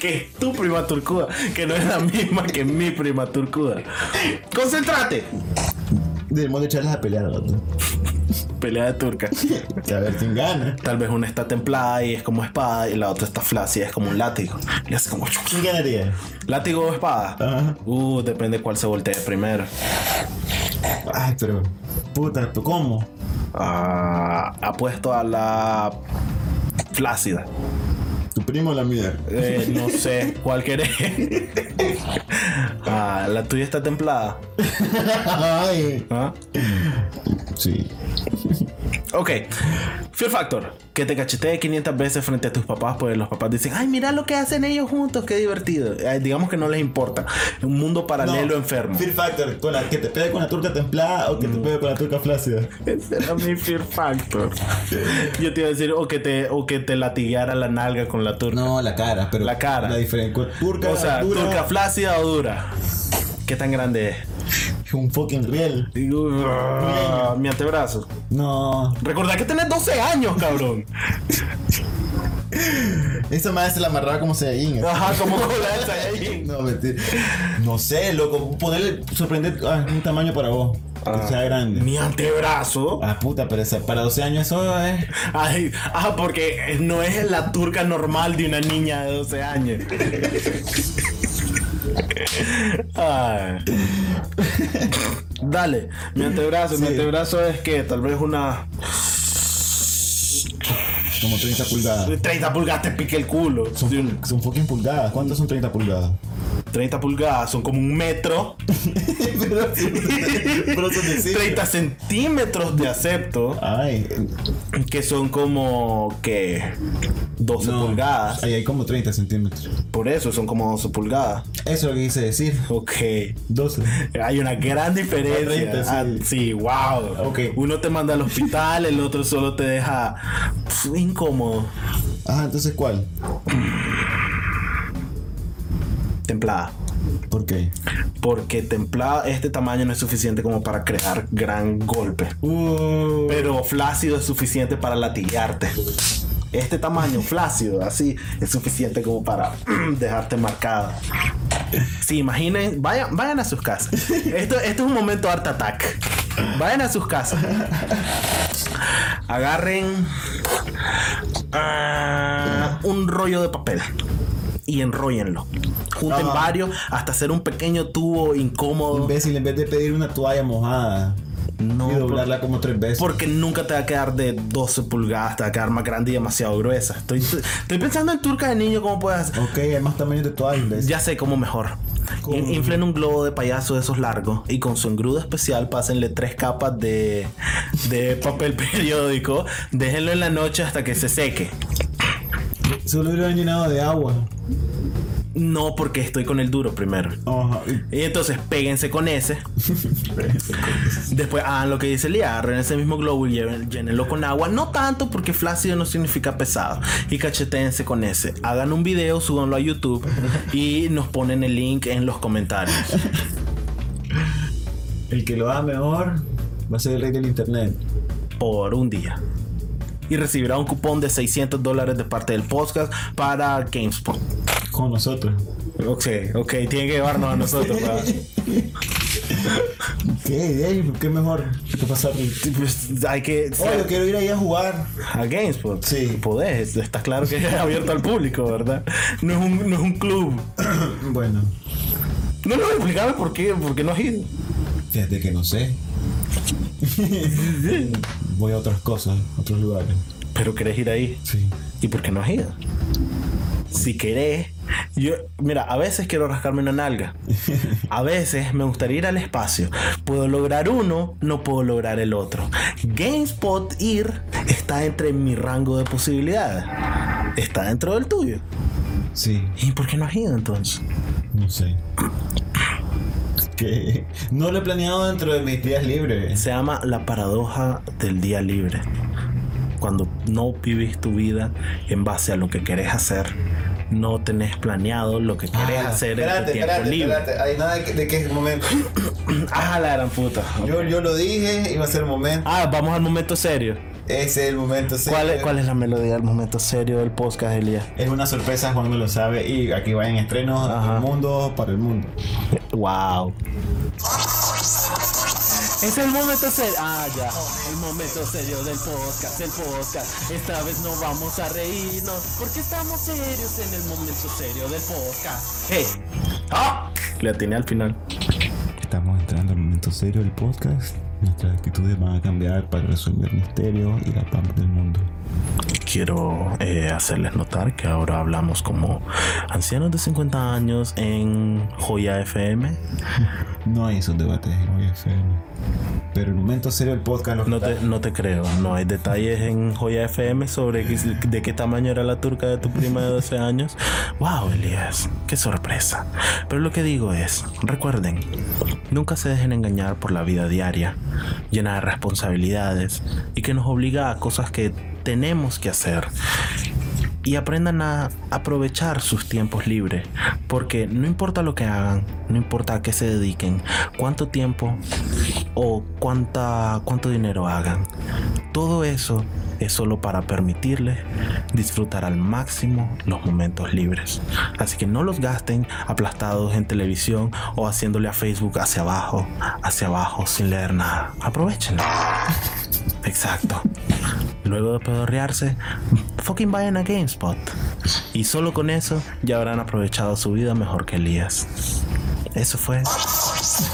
que es tu prima turcuda, que no es la misma que mi prima turcuda. ¡Concéntrate!
Debemos de echarlas a pelear a los dos.
Pelea de turca.
A ver quién gana.
Tal vez una está templada y es como espada y la otra está flácida, es como un látigo. Y hace como...
¿Quién ganaría?
¿Látigo o espada?
Ajá.
Uh, depende cuál se voltee primero.
Ay, pero. Puta, ¿tú cómo?
Ah, apuesto a la flácida.
¿Tu primo o la mía?
Eh, no sé cuál querés. Ah, la tuya está templada.
Ay.
¿Ah?
Sí.
Ok. Fear Factor. Que te cachetee 500 veces frente a tus papás, pues los papás dicen, ay, mira lo que hacen ellos juntos, qué divertido. Eh, digamos que no les importa. Un mundo paralelo
No,
enfermo. Mm.
Fear Factor, con la que te pegue con la turca templada o que te pegue con la turca flácida.
Ese era mi Fear Factor. Yo te iba a decir, o que te, o que te latigara la nalga con la turca.
No, la cara, pero.
La cara.
La diferencia. Turca,
o sea,
dura,
turca flácida o dura. ¿Qué tan grande es?
Un fucking real.
Digo, "Uah, mi antebrazo.
No.
Recordá que tenés 12 años, cabrón.
Esa madre se la amarraba como Saiyajin. así.
Ajá, como cola de Saiyajin.
No, mentira.
No sé, loco. Ponerle. Sorprender. Ah, un tamaño para vos. Que sea grande.
Ah. Mi antebrazo.
Ah, puta, pero esa- para 12 años eso es.
Ay, ah, porque no es la turca normal de una niña de 12 años. Ay. Dale, mi antebrazo, mi
Sí.
antebrazo es que tal vez una
Como 30 pulgadas.
30 pulgadas te pique el culo. De un-
Son fucking pulgadas. ¿Cuántas son 30 pulgadas?
30 pulgadas son como un metro,
pero, pero son de cifra.
30 centímetros de acepto,
Ay,
que son como que 12
no.
pulgadas.
Ahí hay como 30 centímetros.
Por eso son como 12 pulgadas.
Eso es lo que quise decir.
Ok.
12.
Hay una gran diferencia.
30, sí.
Ah, sí, wow.
Ok.
Uno te manda al hospital, el otro solo te deja pf, incómodo,
Ah, entonces ¿cuál?
templada.
¿Por qué?
Porque templada, este tamaño no es suficiente como para crear gran golpe.
Uh,
Pero flácido es suficiente para latigarte. Este tamaño flácido, así, es suficiente como para dejarte marcada. Sí, imaginen, vayan, vayan a sus casas. Esto, esto es un momento art attack. Vayan a sus casas. Agarren ah, un rollo de papel y enróllenlo. Junten
Ah.
varios hasta hacer un pequeño tubo incómodo.
imbécil, en vez de pedir una toalla mojada
No,
y doblarla como tres veces.
porque nunca te va a quedar de 12 pulgadas, te va a quedar más grande y demasiado gruesa. Estoy, estoy pensando en turca de niño, cómo puedes hacer.
Ok, hay más tamaños de toalla, imbécil.
Ya sé cómo mejor.
¿Cómo?
In- Inflen un globo de payaso de esos largos y con su engrudo especial pásenle tres capas de, de papel periódico. Déjenlo en la noche hasta que se seque.
Solo lo han llenado de agua.
No, porque estoy con el duro primero.
Ajá.
Y entonces péguense con ese. Después hagan lo que dice Lía, agarren ese mismo globo y lleven- llénenlo con agua. No tanto porque flácido no significa pesado. Y cachetéense con ese. Hagan un video, súbanlo a YouTube y nos ponen el link en los comentarios.
El que lo haga mejor va a ser el rey del internet.
Por un día. Y recibirá un cupón de 600 dólares de parte del podcast para GameSpot.
Con nosotros.
Ok, ok, tienen que llevarnos a nosotros. ¿verdad?
¿Qué? Dave? ¿Qué mejor? ¿Qué pasa aquí?
Pues, Hay que...
Oh, yo quiero ir ahí a jugar.
A GameSpot.
Sí.
Podés, está claro que es abierto al público, ¿verdad? No es un, no es un club.
Bueno,
No nos explicaba por qué, por qué no has ido.
fíjate que no sé. Voy a otras cosas, a otros lugares.
Pero querés ir ahí.
Sí.
¿Y por qué no has ido? Si querés, Yo, mira, a veces quiero rascarme una nalga. A veces me gustaría ir al espacio. Puedo lograr uno, no puedo lograr el otro. GameSpot ir está entre mi rango de posibilidades. Está dentro del tuyo.
Sí,
¿Y por qué no has ido entonces?
no sé. Que no lo he planeado dentro de mis días libres.
Se llama la paradoja del día libre. Cuando no vivís tu vida en base a lo que querés hacer, no tenés planeado lo que querés
Ah,
hacer en tu
espérate,
tiempo
espérate,
libre.
espérate. Hay nada de que, de que es momento.
Ah, la gran puta.
Yo, yo lo dije, iba a ser el momento.
Ah, vamos al momento serio.
Ese es el momento. sí.
¿Cuál, es- cuál es la melodía del momento serio del podcast, Elías?
Es una sorpresa, Juan me lo sabe. Y aquí vayan estrenos
Ajá.
del mundo para el mundo.
Wow. Es el momento serio. Ah, ya. El momento serio del podcast, el podcast. Esta vez no vamos a reírnos porque estamos serios en el momento serio del podcast. ¡Hey! ¡Ah! Le atiné al final.
Estamos entrando al momento serio del podcast. Nuestras actitudes van a cambiar para resolver misterios y la paz del mundo.
Quiero eh, hacerles notar que ahora hablamos como ancianos de 50 años en Joya FM.
No hay esos debates en OFM. Pero el momento serio del podcast los
No te, no te creo, no hay detalles en Joya FM sobre qué- de qué tamaño era la turca de tu prima de 12 años. ¡Wow, Elías! ¡Qué sorpresa! Pero lo que digo es, recuerden, nunca se dejen engañar por la vida diaria, llena de responsabilidades y que nos obliga a cosas que tenemos que hacer y aprendan a aprovechar sus tiempos libres, porque no importa lo que hagan, no importa a qué se dediquen, cuánto tiempo o cuánta, cuánto dinero hagan, todo eso es solo para permitirles disfrutar al máximo los momentos libres. Así que no los gasten aplastados en televisión o haciéndole a Facebook hacia abajo, hacia abajo, sin leer nada. Aprovechenlo. Exacto. Luego de pedorrearse, fucking vayan a GameSpot. Y solo con eso ya habrán aprovechado su vida mejor que Elías. Eso fue.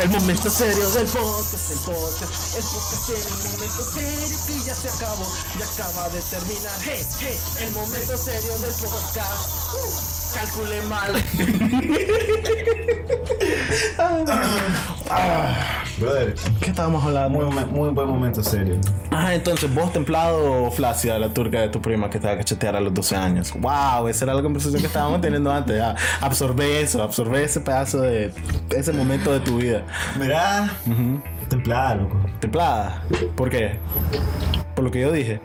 El momento serio del podcast, el podcast, el podcast serio, el momento serio que ya se acabó, ya acaba de terminar. Hey, hey, el momento serio del podcast. Uh, calculé mal.
Brother,
¿Qué estábamos hablando?
muy, mo- muy buen momento serio.
Ah, entonces vos templado o flácida la turca de tu prima que te va a cachetear a los 12 años. Wow, esa era la conversación que estábamos teniendo antes. ya. Absorbe eso, absorbe ese pedazo de ese momento de tu vida.
Mirá, templada, loco.
Templada. ¿Por qué? Por lo que yo dije.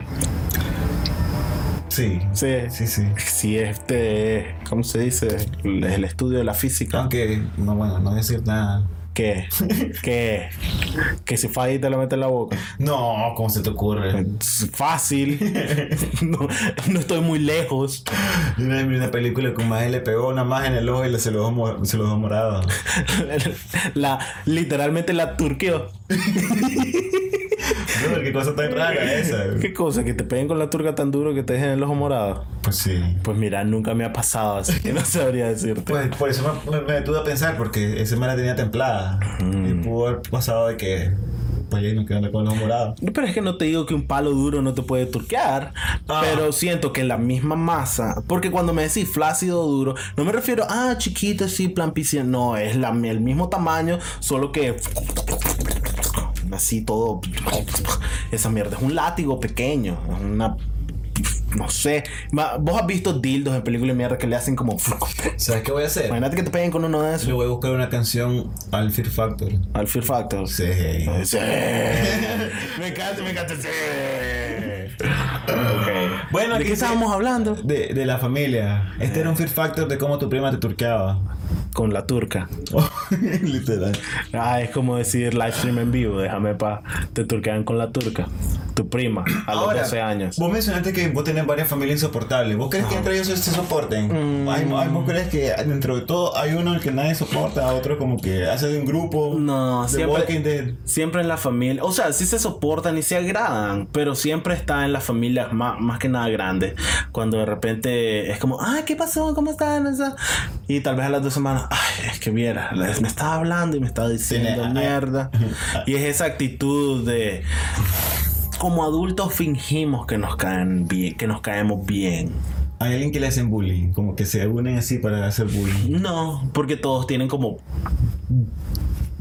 Sí.
Sí.
Sí, sí.
Si este, ¿cómo se dice? El, el estudio de la física.
Aunque, no, bueno, no decir nada.
¿Qué? ¿Qué? Que si falla y te lo mete en la boca.
No, ¿cómo se te ocurre?
Es Fácil. No, no estoy muy lejos.
Yo una vez vi una película con más le pegó una más en el ojo y le se lo dejó, mo- se lo dejó morado.
La, literalmente la turqueó.
Brother, qué cosa tan rara esa.
¿Qué cosa? ¿Que te peguen con la turca tan duro que te dejen el ojo morado?
Pues sí.
Pues mira, nunca me ha pasado, así que no sabría decirte.
Pues por eso me, me- me detuve a pensar, porque ese man la tenía templada. Y pudo haber pasado de que. Pues ahí nos quedamos con los morados.
Pero es que no te digo que un palo duro no te puede turquear,
Ah.
pero siento que la misma masa, porque cuando me decís flácido o duro, no me refiero a ah, chiquito, sí, plan piscina, no, es la, el mismo tamaño, solo que así todo, esa mierda es un látigo pequeño, es una... No sé, Ma- vos has visto dildos en películas de mierda que le hacen como...
¿Sabes qué voy a hacer?
Imagínate que te peguen con uno de esos.
Yo voy a buscar una canción al Fear Factor.
Al Fear Factor.
Sí.
Sí. me encanta, me encanta. Sí. ¿De
Bueno, aquí
qué estábamos hablando?
De, de la familia. Este era un Fear Factor de cómo tu prima te turqueaba.
Con la turca.
Literal.
Ah, es como decir live stream en vivo. Déjame pa. Te turquean con la turca. Tu prima, a los
Ahora,
12 años.
Vos mencionaste que vos tenés varias familias insoportables. ¿Vos crees que entre ellos se soporten?
Mm.
Hay- hay- ¿Vos crees que dentro de todo hay uno al que nadie soporta, otro como que hace de un grupo?
No,
de
siempre-
Walking Dead.
Siempre en la familia, o sea, sí se soportan y se agradan, pero siempre está en las familias más, más que nada grandes. Cuando de repente es como, ay, ¿qué pasó? ¿Cómo están? O sea, Y tal vez a las dos semanas, ay, es que viera, la- me estaba hablando y me estaba diciendo
Tiene-
mierda. Y es esa actitud de, como adultos fingimos que nos caen bien, que nos caemos bien.
Hay alguien que le hacen bullying, como que se unen así para hacer bullying.
No, porque todos tienen como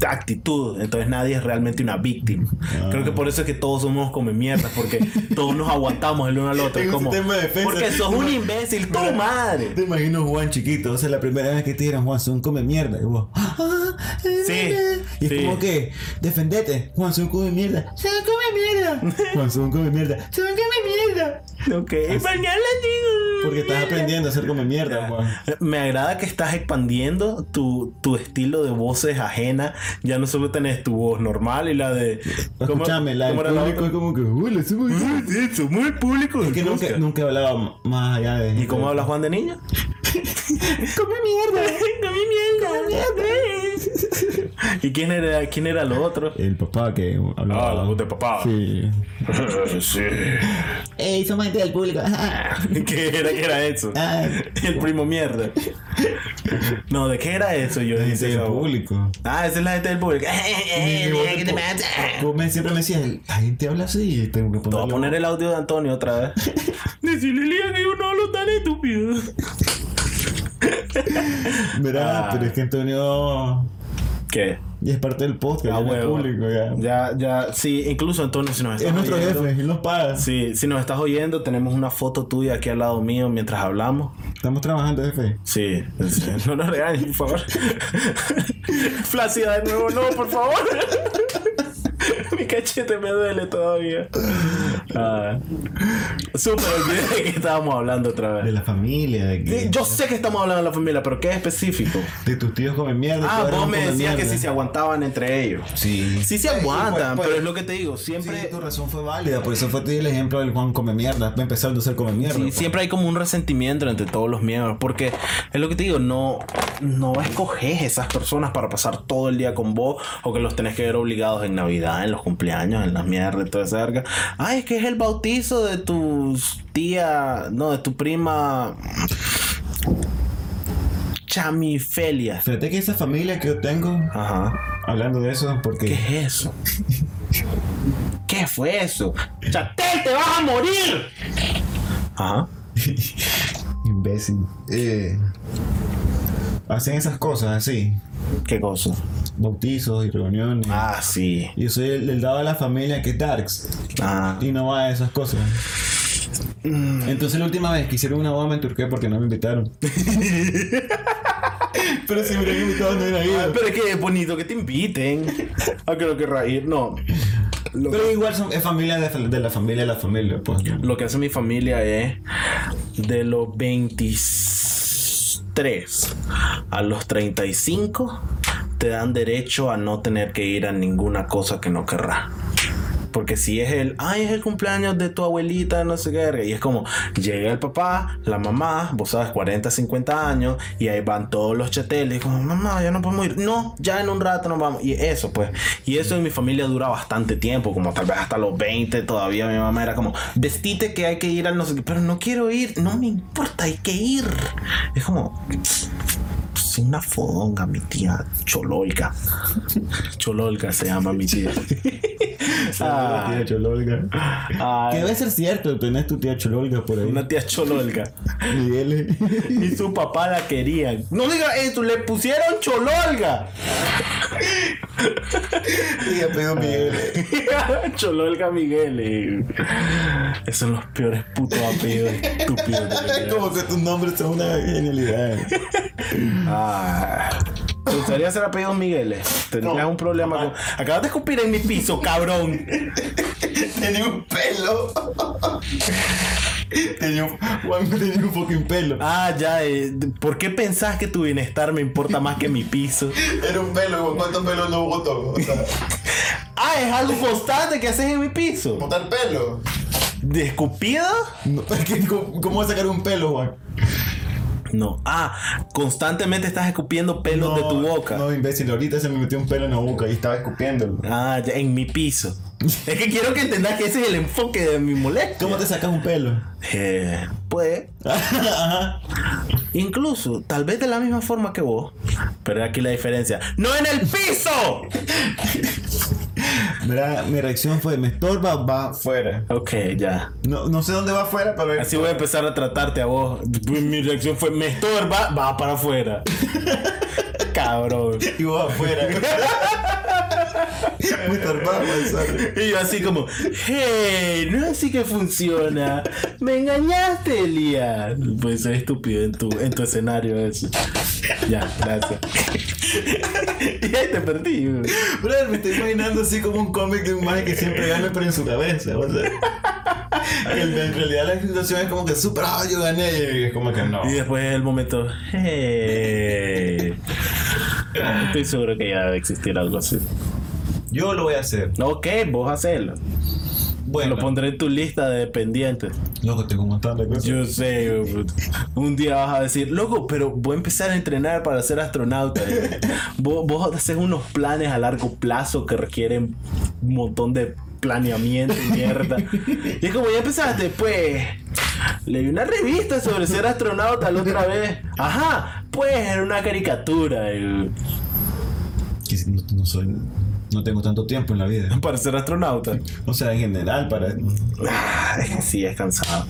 actitud, entonces nadie es realmente una víctima.
Ah.
Creo que por eso es que todos somos como mierda, porque todos nos aguantamos el uno al otro.
Tengo un
como,
sistema de defensa.
porque sos un imbécil, tu madre.
Te imagino Juan chiquito, o sea, la primera vez que te dijeron Juan Sun come mierda. Y vos, "Ah, eh,
Sí,
eh". Y
sí.
es como que, defendete, Juan Sun come mierda. Se come mierda. Juan Sun come mierda. Se come mierda.
Ok, ¿y por qué lo digo?
Ah, Porque estás aprendiendo a hacer come mierda, Juan.
Me agrada que estás expandiendo tu, tu estilo de voces ajena. Ya no solo tenés tu voz normal y la de. ¿cómo-
Escúchame, la del
cómo era la
público es
otra?
como que, uy, le subo el-".
Sí, sí, muy público.
Es que
del
nunca,
podcast.
nunca he hablado más allá de.
¿Y cómo habla Juan de niño?
Come mierda.
Come mierda. ¿Y quién era, quién era lo otro?
El papá que hablaba.
Ah, la voz de papá.
Sí.
sí.
Ey, somos gente del público. Ah.
¿Qué era, qué era eso?
Ay.
El primo mierda. No, ¿de qué era eso? Yo
Gente
hice
del
esa voz.
público.
Ah, esa es la gente del público.
Y vos Eh, te- vos me- siempre me decías, la gente habla así y tengo que
Te voy a
ponerlo.
poner el audio de Antonio otra vez. Decirle Lía que yo no hablo tan estúpido.
Verá,
Ah.
pero es que Antonio
¿Qué?
ya es parte del podcast,
A
ya no es
Ah, huevo.
público. Ya.
Ya, ya, sí, incluso Antonio si nos
Es
estás
nuestro
oyendo-
jefe, él nos paga.
Sí, si nos estás oyendo, tenemos una foto tuya aquí al lado mío mientras hablamos.
Estamos trabajando, jefe.
Sí, sí, no nos regañes, por favor. Flácida de nuevo, no, por favor. Mi cachete me duele todavía. Ah, Súper olvidé de qué estábamos hablando otra
De
vez.
la familia, de, que-
Sí, Yo sé que estamos hablando de la familia, pero ¿qué es específico?
de tus tíos comen mierda.
Ah,
tu hermano
vos me
come
decías que
mierda.
si se aguantaban entre ellos.
Sí.
Sí se
Ay,
aguantan,
pues, pues,
pero es lo que te digo,
sí,
siempre...
tu razón fue válida, por eso fue te di el ejemplo del Juan come mierda, empezando a ser come mierda.
Sí,
pues.
siempre hay como un resentimiento entre todos los miembros, porque es lo que te digo, no, no escoges esas personas para pasar todo el día con vos o que los tenés que ver obligados en Navidad, en los cumpleaños, en las mierdas, toda esa verga. Ay, es que es el bautizo de tu tía, no, de tu prima Chamifelia.
Fíjate que esa familia que yo tengo,
Ajá.
hablando de eso, porque
¿Qué es eso? ¿Qué fue eso? ¡Chatel, te vas a morir! Ajá.
imbécil.
Eh,
Hacen esas cosas así,
¿Qué cosa?
bautizos y reuniones.
Ah, sí.
Yo soy el, del lado de la familia que es Darks
Ah.
y no va a esas cosas. Entonces la última vez que hicieron una boda me enturqué porque no me invitaron. Pero si me hubieran invitado no hubiera
Ay,
ido.
pero es que es bonito que te inviten. Ah, creo que reír. No. Lo,
Pero igual son, es familia de, de la familia de la familia, pues.
lo que hace mi familia es de los 23 a los 35 te dan derecho a no tener que ir a ninguna cosa que no querrás. Porque si es el, ay, es el cumpleaños de tu abuelita, no sé qué, verga", y es como, llega el papá, la mamá, vos sabes, 40, 50 años, y ahí van todos los chateles, y como, mamá, ya no podemos ir, no, ya en un rato nos vamos, y eso, pues, y eso en mi familia dura bastante tiempo, como tal vez hasta los 20, todavía mi mamá era como, vestite que hay que ir al no sé qué, pero no quiero ir, no me importa, hay que ir. Es como, es una fodonga, mi tía Chololca. Chololca se llama mi tía. Ah.
Tía Chololga. Que debe ser cierto, tenés tu tía Chololga por ahí.
Una tía chololga.
Miguel.
Y su papá la querían. No diga eso, le pusieron chololga.
Y apellido Miguel.
chololga Miguel. eh. Esos son los peores putos apellidos estúpidos. de la vida.
Como que tus nombres son una genialidad.
Ah. ¿Te gustaría ser apellido Miguel? Tendrías
No.
un problema con. Acabas de escupir en mi piso, cabrón.
Tenía un pelo. Tenía un, Juan tenía un fucking pelo.
Ah, ya. eh, ¿Por qué pensás que tu bienestar me importa más que mi piso?
Era un pelo, ¿cuántos pelos no botó? O sea,
Ah, es algo constante que haces en mi piso.
botar pelo.
¿De escupido?
¿Cómo, cómo vas a sacar un pelo, Juan?
No. Ah, constantemente estás escupiendo pelos de tu boca.
No, imbécil, ahorita se me metió un pelo en la boca y estaba escupiéndolo.
Ah, ya, en mi piso. es que quiero que entendas que ese es el enfoque de mi molestia.
¿Cómo te sacas un pelo?
Eh, pues,
Ajá.
incluso, tal vez de la misma forma que vos. Pero aquí la diferencia. ¡No en el piso!
¿Verdad? Mi reacción fue, me estorba, va fuera.
Ok, ya.
No, no sé dónde va fuera, pero...
Así voy a empezar a tratarte a vos. Mi reacción fue, me estorba, va para afuera. Cabrón.
Y vos afuera. me estorbaba, pues, sorry.
Y yo así como, hey, no así que funciona. Me engañaste, Elías. Pues soy estúpido en tu, en tu escenario eso. Ya, gracias. y ahí te perdí. güey.
Brother, me estoy imaginando así como un cómic de un man que siempre gana, pero en su cabeza, o sea. Que en realidad la situación es como que super, ah, yo gané, y es como que no.
Y después el momento, hey. Estoy seguro que ya debe existir algo así.
Yo lo voy a hacer.
Ok, vos hacelo.
Bueno,
Lo pondré en tu lista de pendientes.
loco, te como de cosas.
Yo sé, güey, puta. un día vas a decir, loco, pero voy a empezar a entrenar para ser astronauta. güey". vos, vos haces unos planes a largo plazo que requieren un montón de planeamiento y mierda. y es como ya empezaste, pues. Leí una revista sobre ser astronauta la otra vez. Ajá, pues era una caricatura. güey.
Que no, no soy. No tengo tanto tiempo en la vida.
Para ser astronauta.
O sea, en general, para.
Ah, es que sí, es cansado.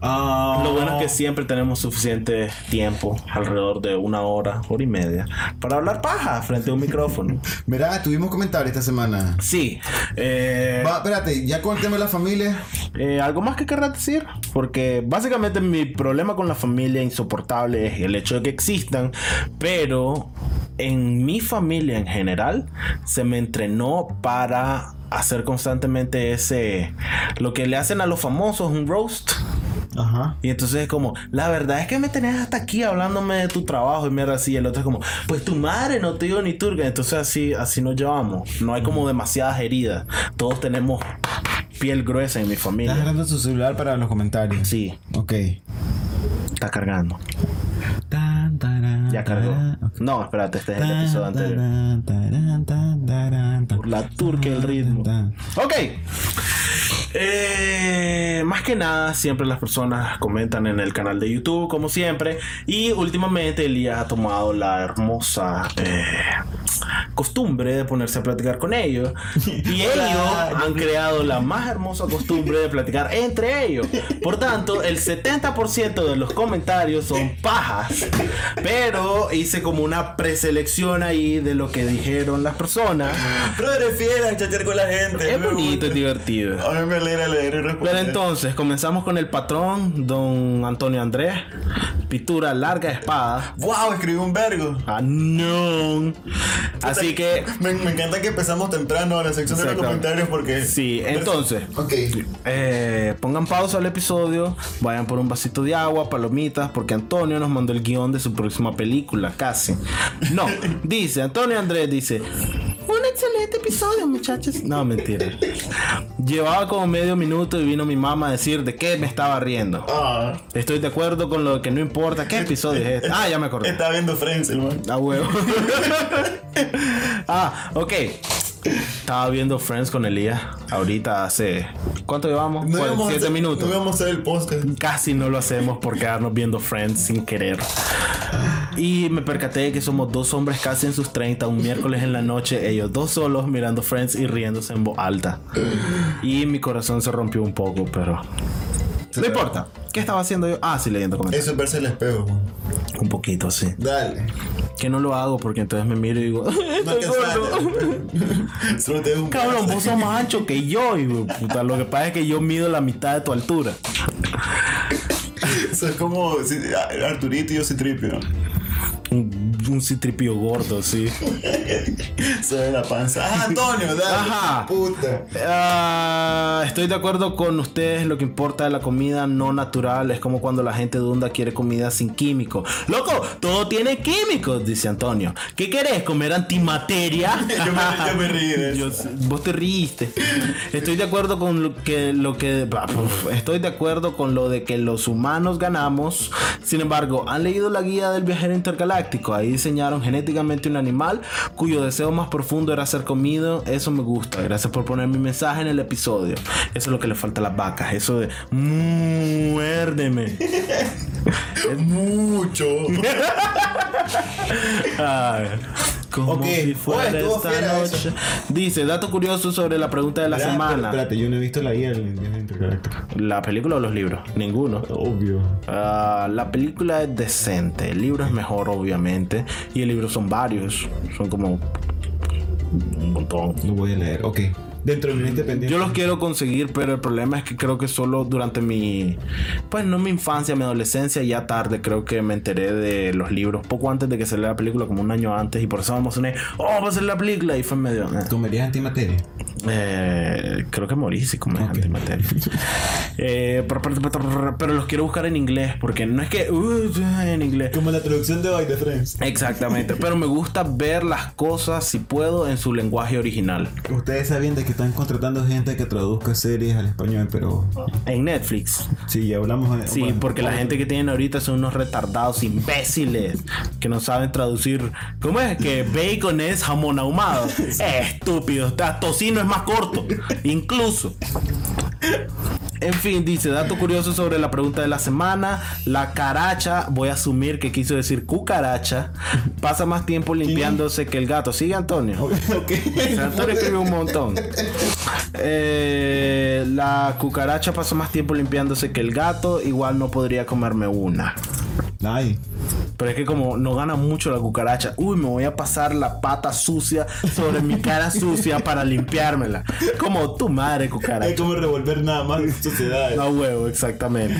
Ah,
Lo bueno es que siempre tenemos suficiente tiempo, alrededor de una hora, hora y media, para hablar paja frente a un micrófono.
Mira, tuvimos comentarios esta semana.
Sí. eh,
Va, espérate, ya con el tema de la familia.
eh, ¿Algo más que querrás decir? Porque básicamente mi problema con la familia insoportable es el hecho de que existan, pero en mi familia en general se me entrenó para hacer constantemente ese... Lo que le hacen a los famosos, un roast.
Ajá.
Y entonces es como, la verdad es que me tenés hasta aquí hablándome de tu trabajo y mierda así. Y el otro es como, pues tu madre no te dio ni turca. Entonces así, así nos llevamos. No hay como demasiadas heridas. Todos tenemos piel gruesa en mi
Estás
familia.
agarrando tu celular para los comentarios.
Sí,
Ok.
está cargando.
Tan, taran,
Ya cargó.
taran, Ah, ok. Ah,
No, espérate, este es el
Tan,
episodio anterior.
taran, taran, tan, taran, tan.
Por la turca el ritmo.
Tan, tan.
Ok. Eh, más que nada, siempre las personas comentan en el canal de YouTube, como siempre. Y últimamente Elías ha tomado la hermosa eh, costumbre de ponerse a platicar con ellos. Y ellos han creado la más hermosa costumbre de platicar entre ellos. Por tanto, el 70% de los comentarios son pajas. Pero hice como una preselección ahí de lo que dijeron las personas.
Brother, es fiera chatear con la gente.
Es
Ah, me
bonito, es
gusta.
divertido.
A mí me alegra leer y responder.
Pero entonces, comenzamos con el patrón, don Antonio Andrés. Pintura larga espada.
¡Wow! Escribí un vergo.
Ah, no. Así que,
Me, me encanta que empezamos temprano a la sección de los
Exacto.
comentarios porque.
sí, entonces,
Ok.
eh, pongan pausa al episodio, vayan por un vasito de agua, palomitas, porque Antonio nos mandó el guión de su próxima película, casi. No, dice, Antonio Andrés dice, un excelente episodio, muchachos. No, mentira. Llevaba como medio minuto y vino mi mamá a decir de qué me estaba riendo.
Ah,
Estoy de acuerdo con lo que no importa. ¿Qué episodio es este? Ah, ya me acordé.
está viendo Friends, el man.
Ah, huevo. ah, ok. Estaba viendo Friends con Elías ahorita hace. ¿Cuánto llevamos?
No íbamos a
47
hacer-
minutos.
No íbamos a hacer el podcast.
Casi no lo hacemos por quedarnos viendo Friends sin querer. Y me percaté de que somos dos hombres casi en sus 30, un miércoles en la noche, ellos dos solos mirando Friends y riéndose en voz alta. Y mi corazón se rompió un poco, pero. No importa. ¿Qué estaba haciendo yo? Ah, sí, leyendo comentarios.
Eso es verse el espejo.
Un poquito, sí.
Dale.
Que no lo hago porque entonces me miro y digo,
No te
estoy gordo.
sales. Solo te ves un
Cabrón,
pedazo.
vos sos más ancho que yo. Y, güey, puta, lo que pasa es que yo mido la mitad de tu altura.
Eso es como si- a- Arturito y yo Citripio.
Un, un citripio gordo, sí.
Se ve la panza. ¡Ah, Antonio! Dale.
Ajá.
Puta.
Ah, estoy de acuerdo con ustedes. Lo que importa de la comida no natural es como cuando la gente de Honda quiere comida sin químico. Loco, todo tiene químicos, dice Antonio. ¿Qué querés? ¿Comer antimateria?
Yo me, yo me reí de
Yo
eso.
sé, vos te ríiste. Estoy de acuerdo con lo que lo que bah, puf, estoy de acuerdo con lo de que los humanos ganamos. Sin embargo, han leído la guía del viajero intergaláctico. Ahí diseñaron genéticamente un animal cuyo deseo más profundo era ser comido. Eso me gusta. Gracias por poner mi mensaje en el episodio. Eso es lo que le falta a las vacas. Eso de muérdeme.
Mucho.
Ay. Como
Ok.
si fuera
Oye, estuvo
esta
fiera
noche. Dice, dato curioso sobre la pregunta de la
Espera,
semana.
Espérate, yo no he visto la guía del del intercarácter.
¿La película o los libros? Ninguno.
Obvio.
Ah, la película es decente, el libro es mejor obviamente y el libro son varios, son como un montón.
Lo voy a leer. Ok. Dentro de un independiente.
Yo los quiero conseguir, pero el problema es que creo que solo durante mi, pues no mi infancia, mi adolescencia, ya tarde creo que me enteré de los libros, poco antes de que saliera la película, como un año antes, y por eso me emocioné, oh, va a ser la película, y fue medio... eh.
¿Comerías antimateria?
Eh, creo que morí si como antimateria. Eh, pero, pero- pero- pero los quiero buscar en inglés, porque no es que... uh, en inglés.
Como la traducción de By the Friends.
Exactamente, pero me gusta ver las cosas, si puedo, en su lenguaje original.
Ustedes sabían de que están contratando gente que traduzca series al español, pero
En Netflix.
sí, ya hablamos.
Sí,
bueno,
porque la gente que tienen ahorita son unos retardados imbéciles que no saben traducir. ¿Cómo es? Que bacon es jamón ahumado. Estúpido, está- tocino es más corto, incluso. En fin, dice, dato curioso sobre la pregunta de la semana. La caracha, voy a asumir que quiso decir cucaracha, pasa más tiempo limpiándose que el gato. Sigue Antonio. O sea, Antonio escribió un montón. Eh, la cucaracha pasó más tiempo limpiándose que el gato. Igual no podría comerme una.
Ay,
Pero es que como no gana mucho la cucaracha, uy, me voy a pasar la pata sucia sobre mi cara sucia para limpiármela. Como tu madre
hay
cucaracha.
como revolver nada más sociedades.
A huevo, exactamente.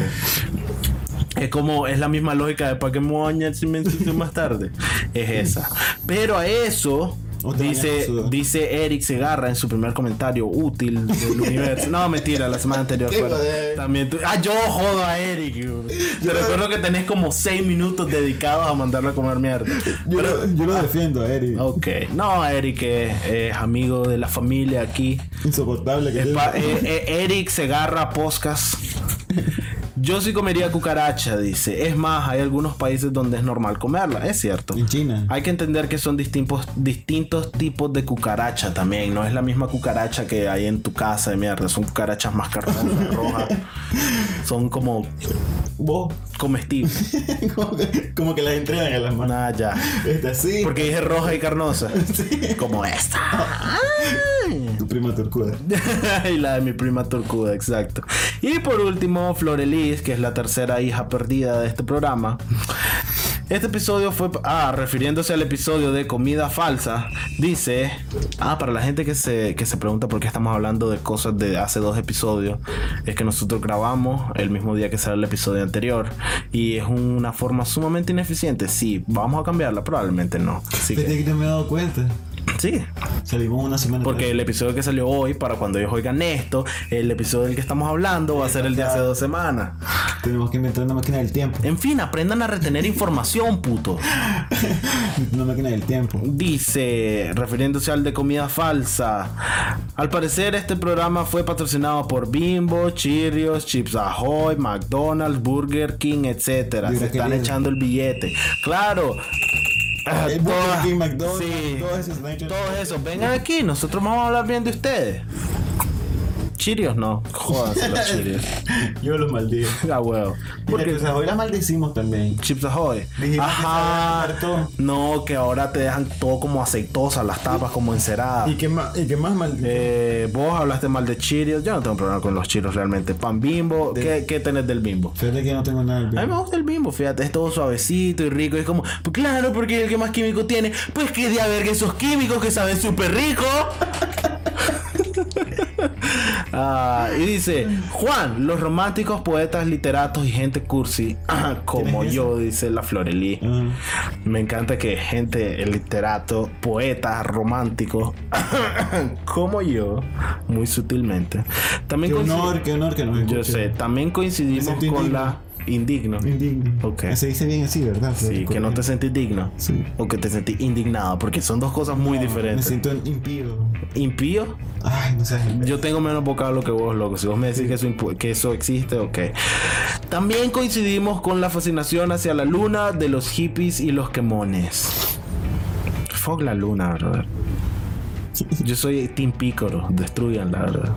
Es como, es la misma lógica de Pokémon y el Silencio más tarde. Es esa. Pero a eso.
O te bañas
Dice,
con sudor.
dice Eric Segarra en su primer comentario útil del universo. No, mentira, la semana anterior.
Qué
fue-
joder.
También tú- ah, yo jodo a Eric. güey. Te recuerdo que tenés como 6 minutos dedicados a mandarlo a comer mierda.
Yo, lo, yo lo defiendo a Eric.
Ok. No, Eric es- es amigo de la familia aquí.
Insoportable que
Eh,
yo-
pa- eh, eh, Eric Segarra Podcast. Yo sí comería cucaracha, dice. Es más, hay algunos países donde es normal comerla, es cierto.
En China.
Hay que entender que son distintos, distintos tipos de cucaracha también. No es la misma cucaracha que hay en tu casa de mierda. Son cucarachas más carnosas, rojas. Son como
Vos.
comestibles.
como, que, como que las entregan a las manos.
Nada, ya.
Está así.
Porque dije roja y carnosa. Como esta.
Tu prima turcuda.
y la de mi prima Turcuda, exacto. Y por último, Florelis, que es la tercera hija perdida de este programa. Este episodio fue, ah, refiriéndose al episodio de comida falsa, dice, ah, para la gente que se, que se pregunta por qué estamos hablando de cosas de hace dos episodios, es que nosotros grabamos el mismo día que sale el episodio anterior y es una forma sumamente ineficiente. Sí, vamos a cambiarla, probablemente no. Así
Fíjate
que,
que no me he dado cuenta.
sí,
Salimos una semana.
porque
atrás.
el episodio que salió hoy, para cuando ellos oigan esto, el episodio del que estamos hablando va a ser el de hace dos semanas.
Tenemos que inventar una máquina del tiempo.
En fin, aprendan a retener información, puto.
Una máquina del tiempo.
Dice, refiriéndose al de comida falsa. Al parecer este programa fue patrocinado por Bimbo, Cheerios, Chips Ahoy, McDonald's, Burger King, etcétera.
Mira
Se
qué
están
bien.
echando el billete. Claro. Ah,
El Burger
todas-
King, McDonald's,
sí,
todo eso, se lo han hecho-
Todo eso. Vengan aquí, nosotros vamos a hablar bien de ustedes. Cheerios no. Jódanse los Cheerios.
Yo los maldije.
A huevo.
Porque o sea, hoy las maldecimos también.
Chips Ahoy.
Dijimos que
Ajá.
se había abierto.
No, que ahora te dejan todo como aceitosa, las tapas como enceradas.
¿Y qué más, y qué más maldije?
Eh, vos hablaste mal de Cheerios. Yo no tengo problema con los Cheerios realmente. Pan Bimbo. ¿Qué, qué tenés del Bimbo?
Fíjate que no tengo nada.
A mí me gusta el Bimbo, fíjate. Es todo suavecito y rico. Es como, pues claro, porque es el que más químico tiene. Pues que de haber esos químicos que saben súper rico. Ah, y dice, Juan, los románticos, poetas, literatos y gente cursi, como
¿Tienes
yo, dice la Florelí.
Ah.
Me encanta que gente, el literato, poeta, romántico, como yo, muy sutilmente. También
Qué
coincid-
honor, qué honor que nos
Yo sé,
escuchen.
también coincidimos
Me siento
con
indigno.
la indigno.
Indigno.
Ok.
Se dice bien así, ¿verdad?
Sí, que no te sentís digno.
eh, Sí.
O que te sentís indignado, porque son dos cosas muy
Me
diferentes.
siento impío.
Impío,
Ay, no sé.
yo tengo menos vocablo que vos, loco. Si vos me decís que eso, impu- que eso existe, ok. También coincidimos con la fascinación hacia la luna de los hippies y los quemones. Fuck la luna, brother. Yo soy Team Pícoro, destruyan la verdad.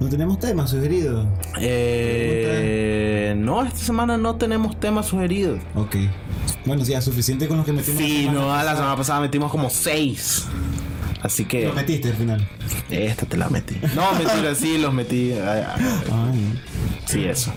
No tenemos temas sugeridos.
Eh, no, esta semana no tenemos temas sugeridos.
Ok. Bueno, sí, ya suficiente con los que metimos.
Sí,
la semana.
no, la semana pasada metimos como seis. Así que
Lo metiste al final.
esta te la metí. No, mentira, sí, los metí. Ay, ay.
Ay.
Sí, eso.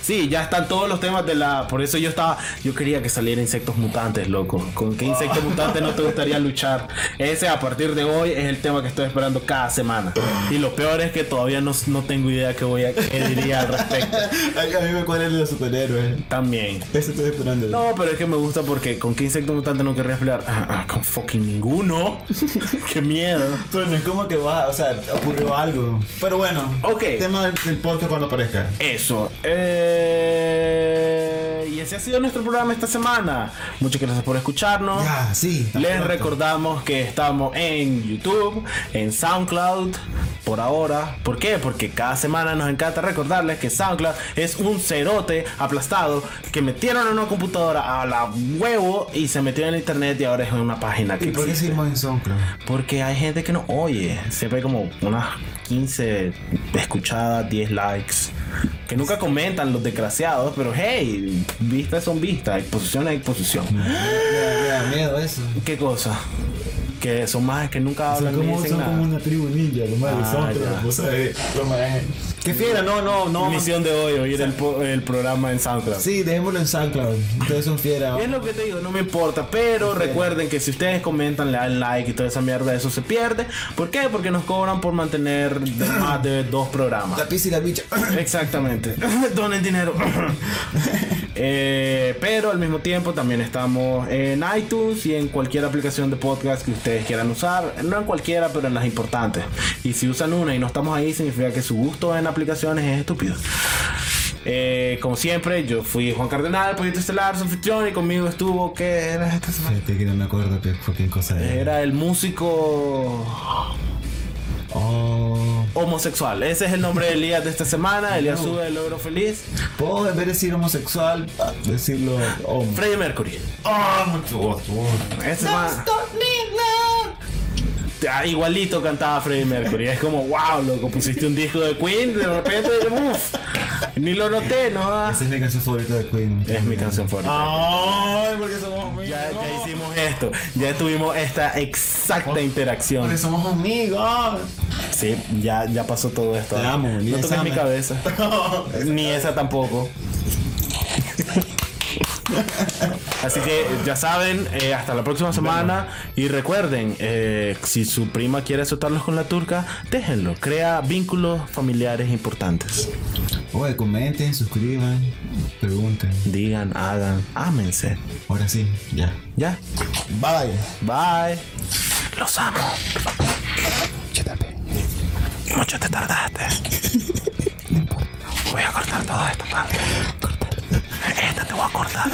Sí, ya están todos los temas de la. Por eso yo estaba. Yo quería que saliera insectos mutantes, loco. ¿Con qué insecto mutante no te gustaría luchar? Ese a partir de hoy es el tema que estoy esperando cada semana. Y lo peor es que todavía no, no tengo idea qué voy a qué diría al respecto.
Ay, A mí me cuadra el de los superhéroes.
También.
Eso estoy esperando.
No, pero es que me gusta porque con qué insecto mutante no querrías pelear. Ah, ah, con fucking ninguno. qué miedo.
Pero no es como que va, o sea, ocurrió algo. Pero bueno,
Ok.
tema del, del podcast cuando aparezca.
Eso. Eh, y ese ha sido nuestro programa esta semana. Muchas gracias por escucharnos.
Ya, sí. tan
Les
pronto.
recordamos que estamos en YouTube, en SoundCloud, por ahora. ¿Por qué? Porque cada semana nos encanta recordarles que SoundCloud es un cerote aplastado que metieron en una computadora a la huevo y se metió en el internet y ahora es una página que
¿Y por qué
existe.
seguimos en SoundCloud?
Porque hay gente que no oye. Siempre hay como unas 15 escuchadas, 10 likes. Que nunca comentan los desgraciados, pero hey, vistas son vistas, exposición es exposición.
Me da miedo eso.
¿Qué cosa? Que son más que nunca
O sea,
hablan ni
como,
dicen
son como
nada.
una tribu ninja, los más de
Ah,
SoundCloud.
ya.
vos sabés, los más- Qué fiera, no, no, no.
Misión de hoy, oír el, po- el programa en SoundCloud.
Sí, dejémoslo en SoundCloud. Ustedes son fieras.
Es lo que te digo, no me importa, pero recuerden que si ustedes comentan, le dan like y toda esa mierda, eso se pierde. ¿Por qué? Porque nos cobran por mantener de- más de dos programas.
La pizza y la bicha.
Exactamente. Donen dinero. Eh, pero al mismo tiempo también estamos en iTunes y en cualquier aplicación de podcast que ustedes quieran usar. No en cualquiera, pero en las importantes. Y si usan una y no estamos ahí, significa que su gusto en aplicaciones es estúpido. Eh, como siempre, yo fui Juan Cardenal, Proyecto Estelar, su anfitrión, y conmigo estuvo, ¿qué era esta semana?
Fíjate que no me acuerdo qué fue qué cosa era.
Era el músico
Oh.
homosexual. Ese es el nombre de Elías de esta semana. Elías sube el logro feliz.
Puedo en vez de decir homosexual, ah, decirlo hombre.
Freddie Mercury. Ah,
Oh, mucho
Ese man- Ah, igualito cantaba Freddie Mercury. Es como, wow, loco, pusiste un disco de Queen, de repente, uff, ni lo noté, ¿no?
Esa es mi canción favorita de Queen.
Es mi canción favorita.
Ah. Ay, porque somos amigos.
Ya, ya hicimos esto, ya tuvimos esta exacta
Porque
interacción.
somos amigos.
Sí, ya, ya pasó todo esto.
Te amo, ni
no toques
esa
mi
me-
cabeza. Ni esa tampoco. Así que ya saben, eh, hasta la próxima semana. Y recuerden, eh, si su prima quiere azotarlos con la turca, déjenlo. Crea vínculos familiares importantes.
Oye, comenten, suscriban, pregunten.
Digan, hagan, ámense.
Ahora sí, ya.
Ya.
Bye.
Bye. Los amo. Mucho te tardaste. Voy a cortar todo esto, papi. Esta te voy a cortar.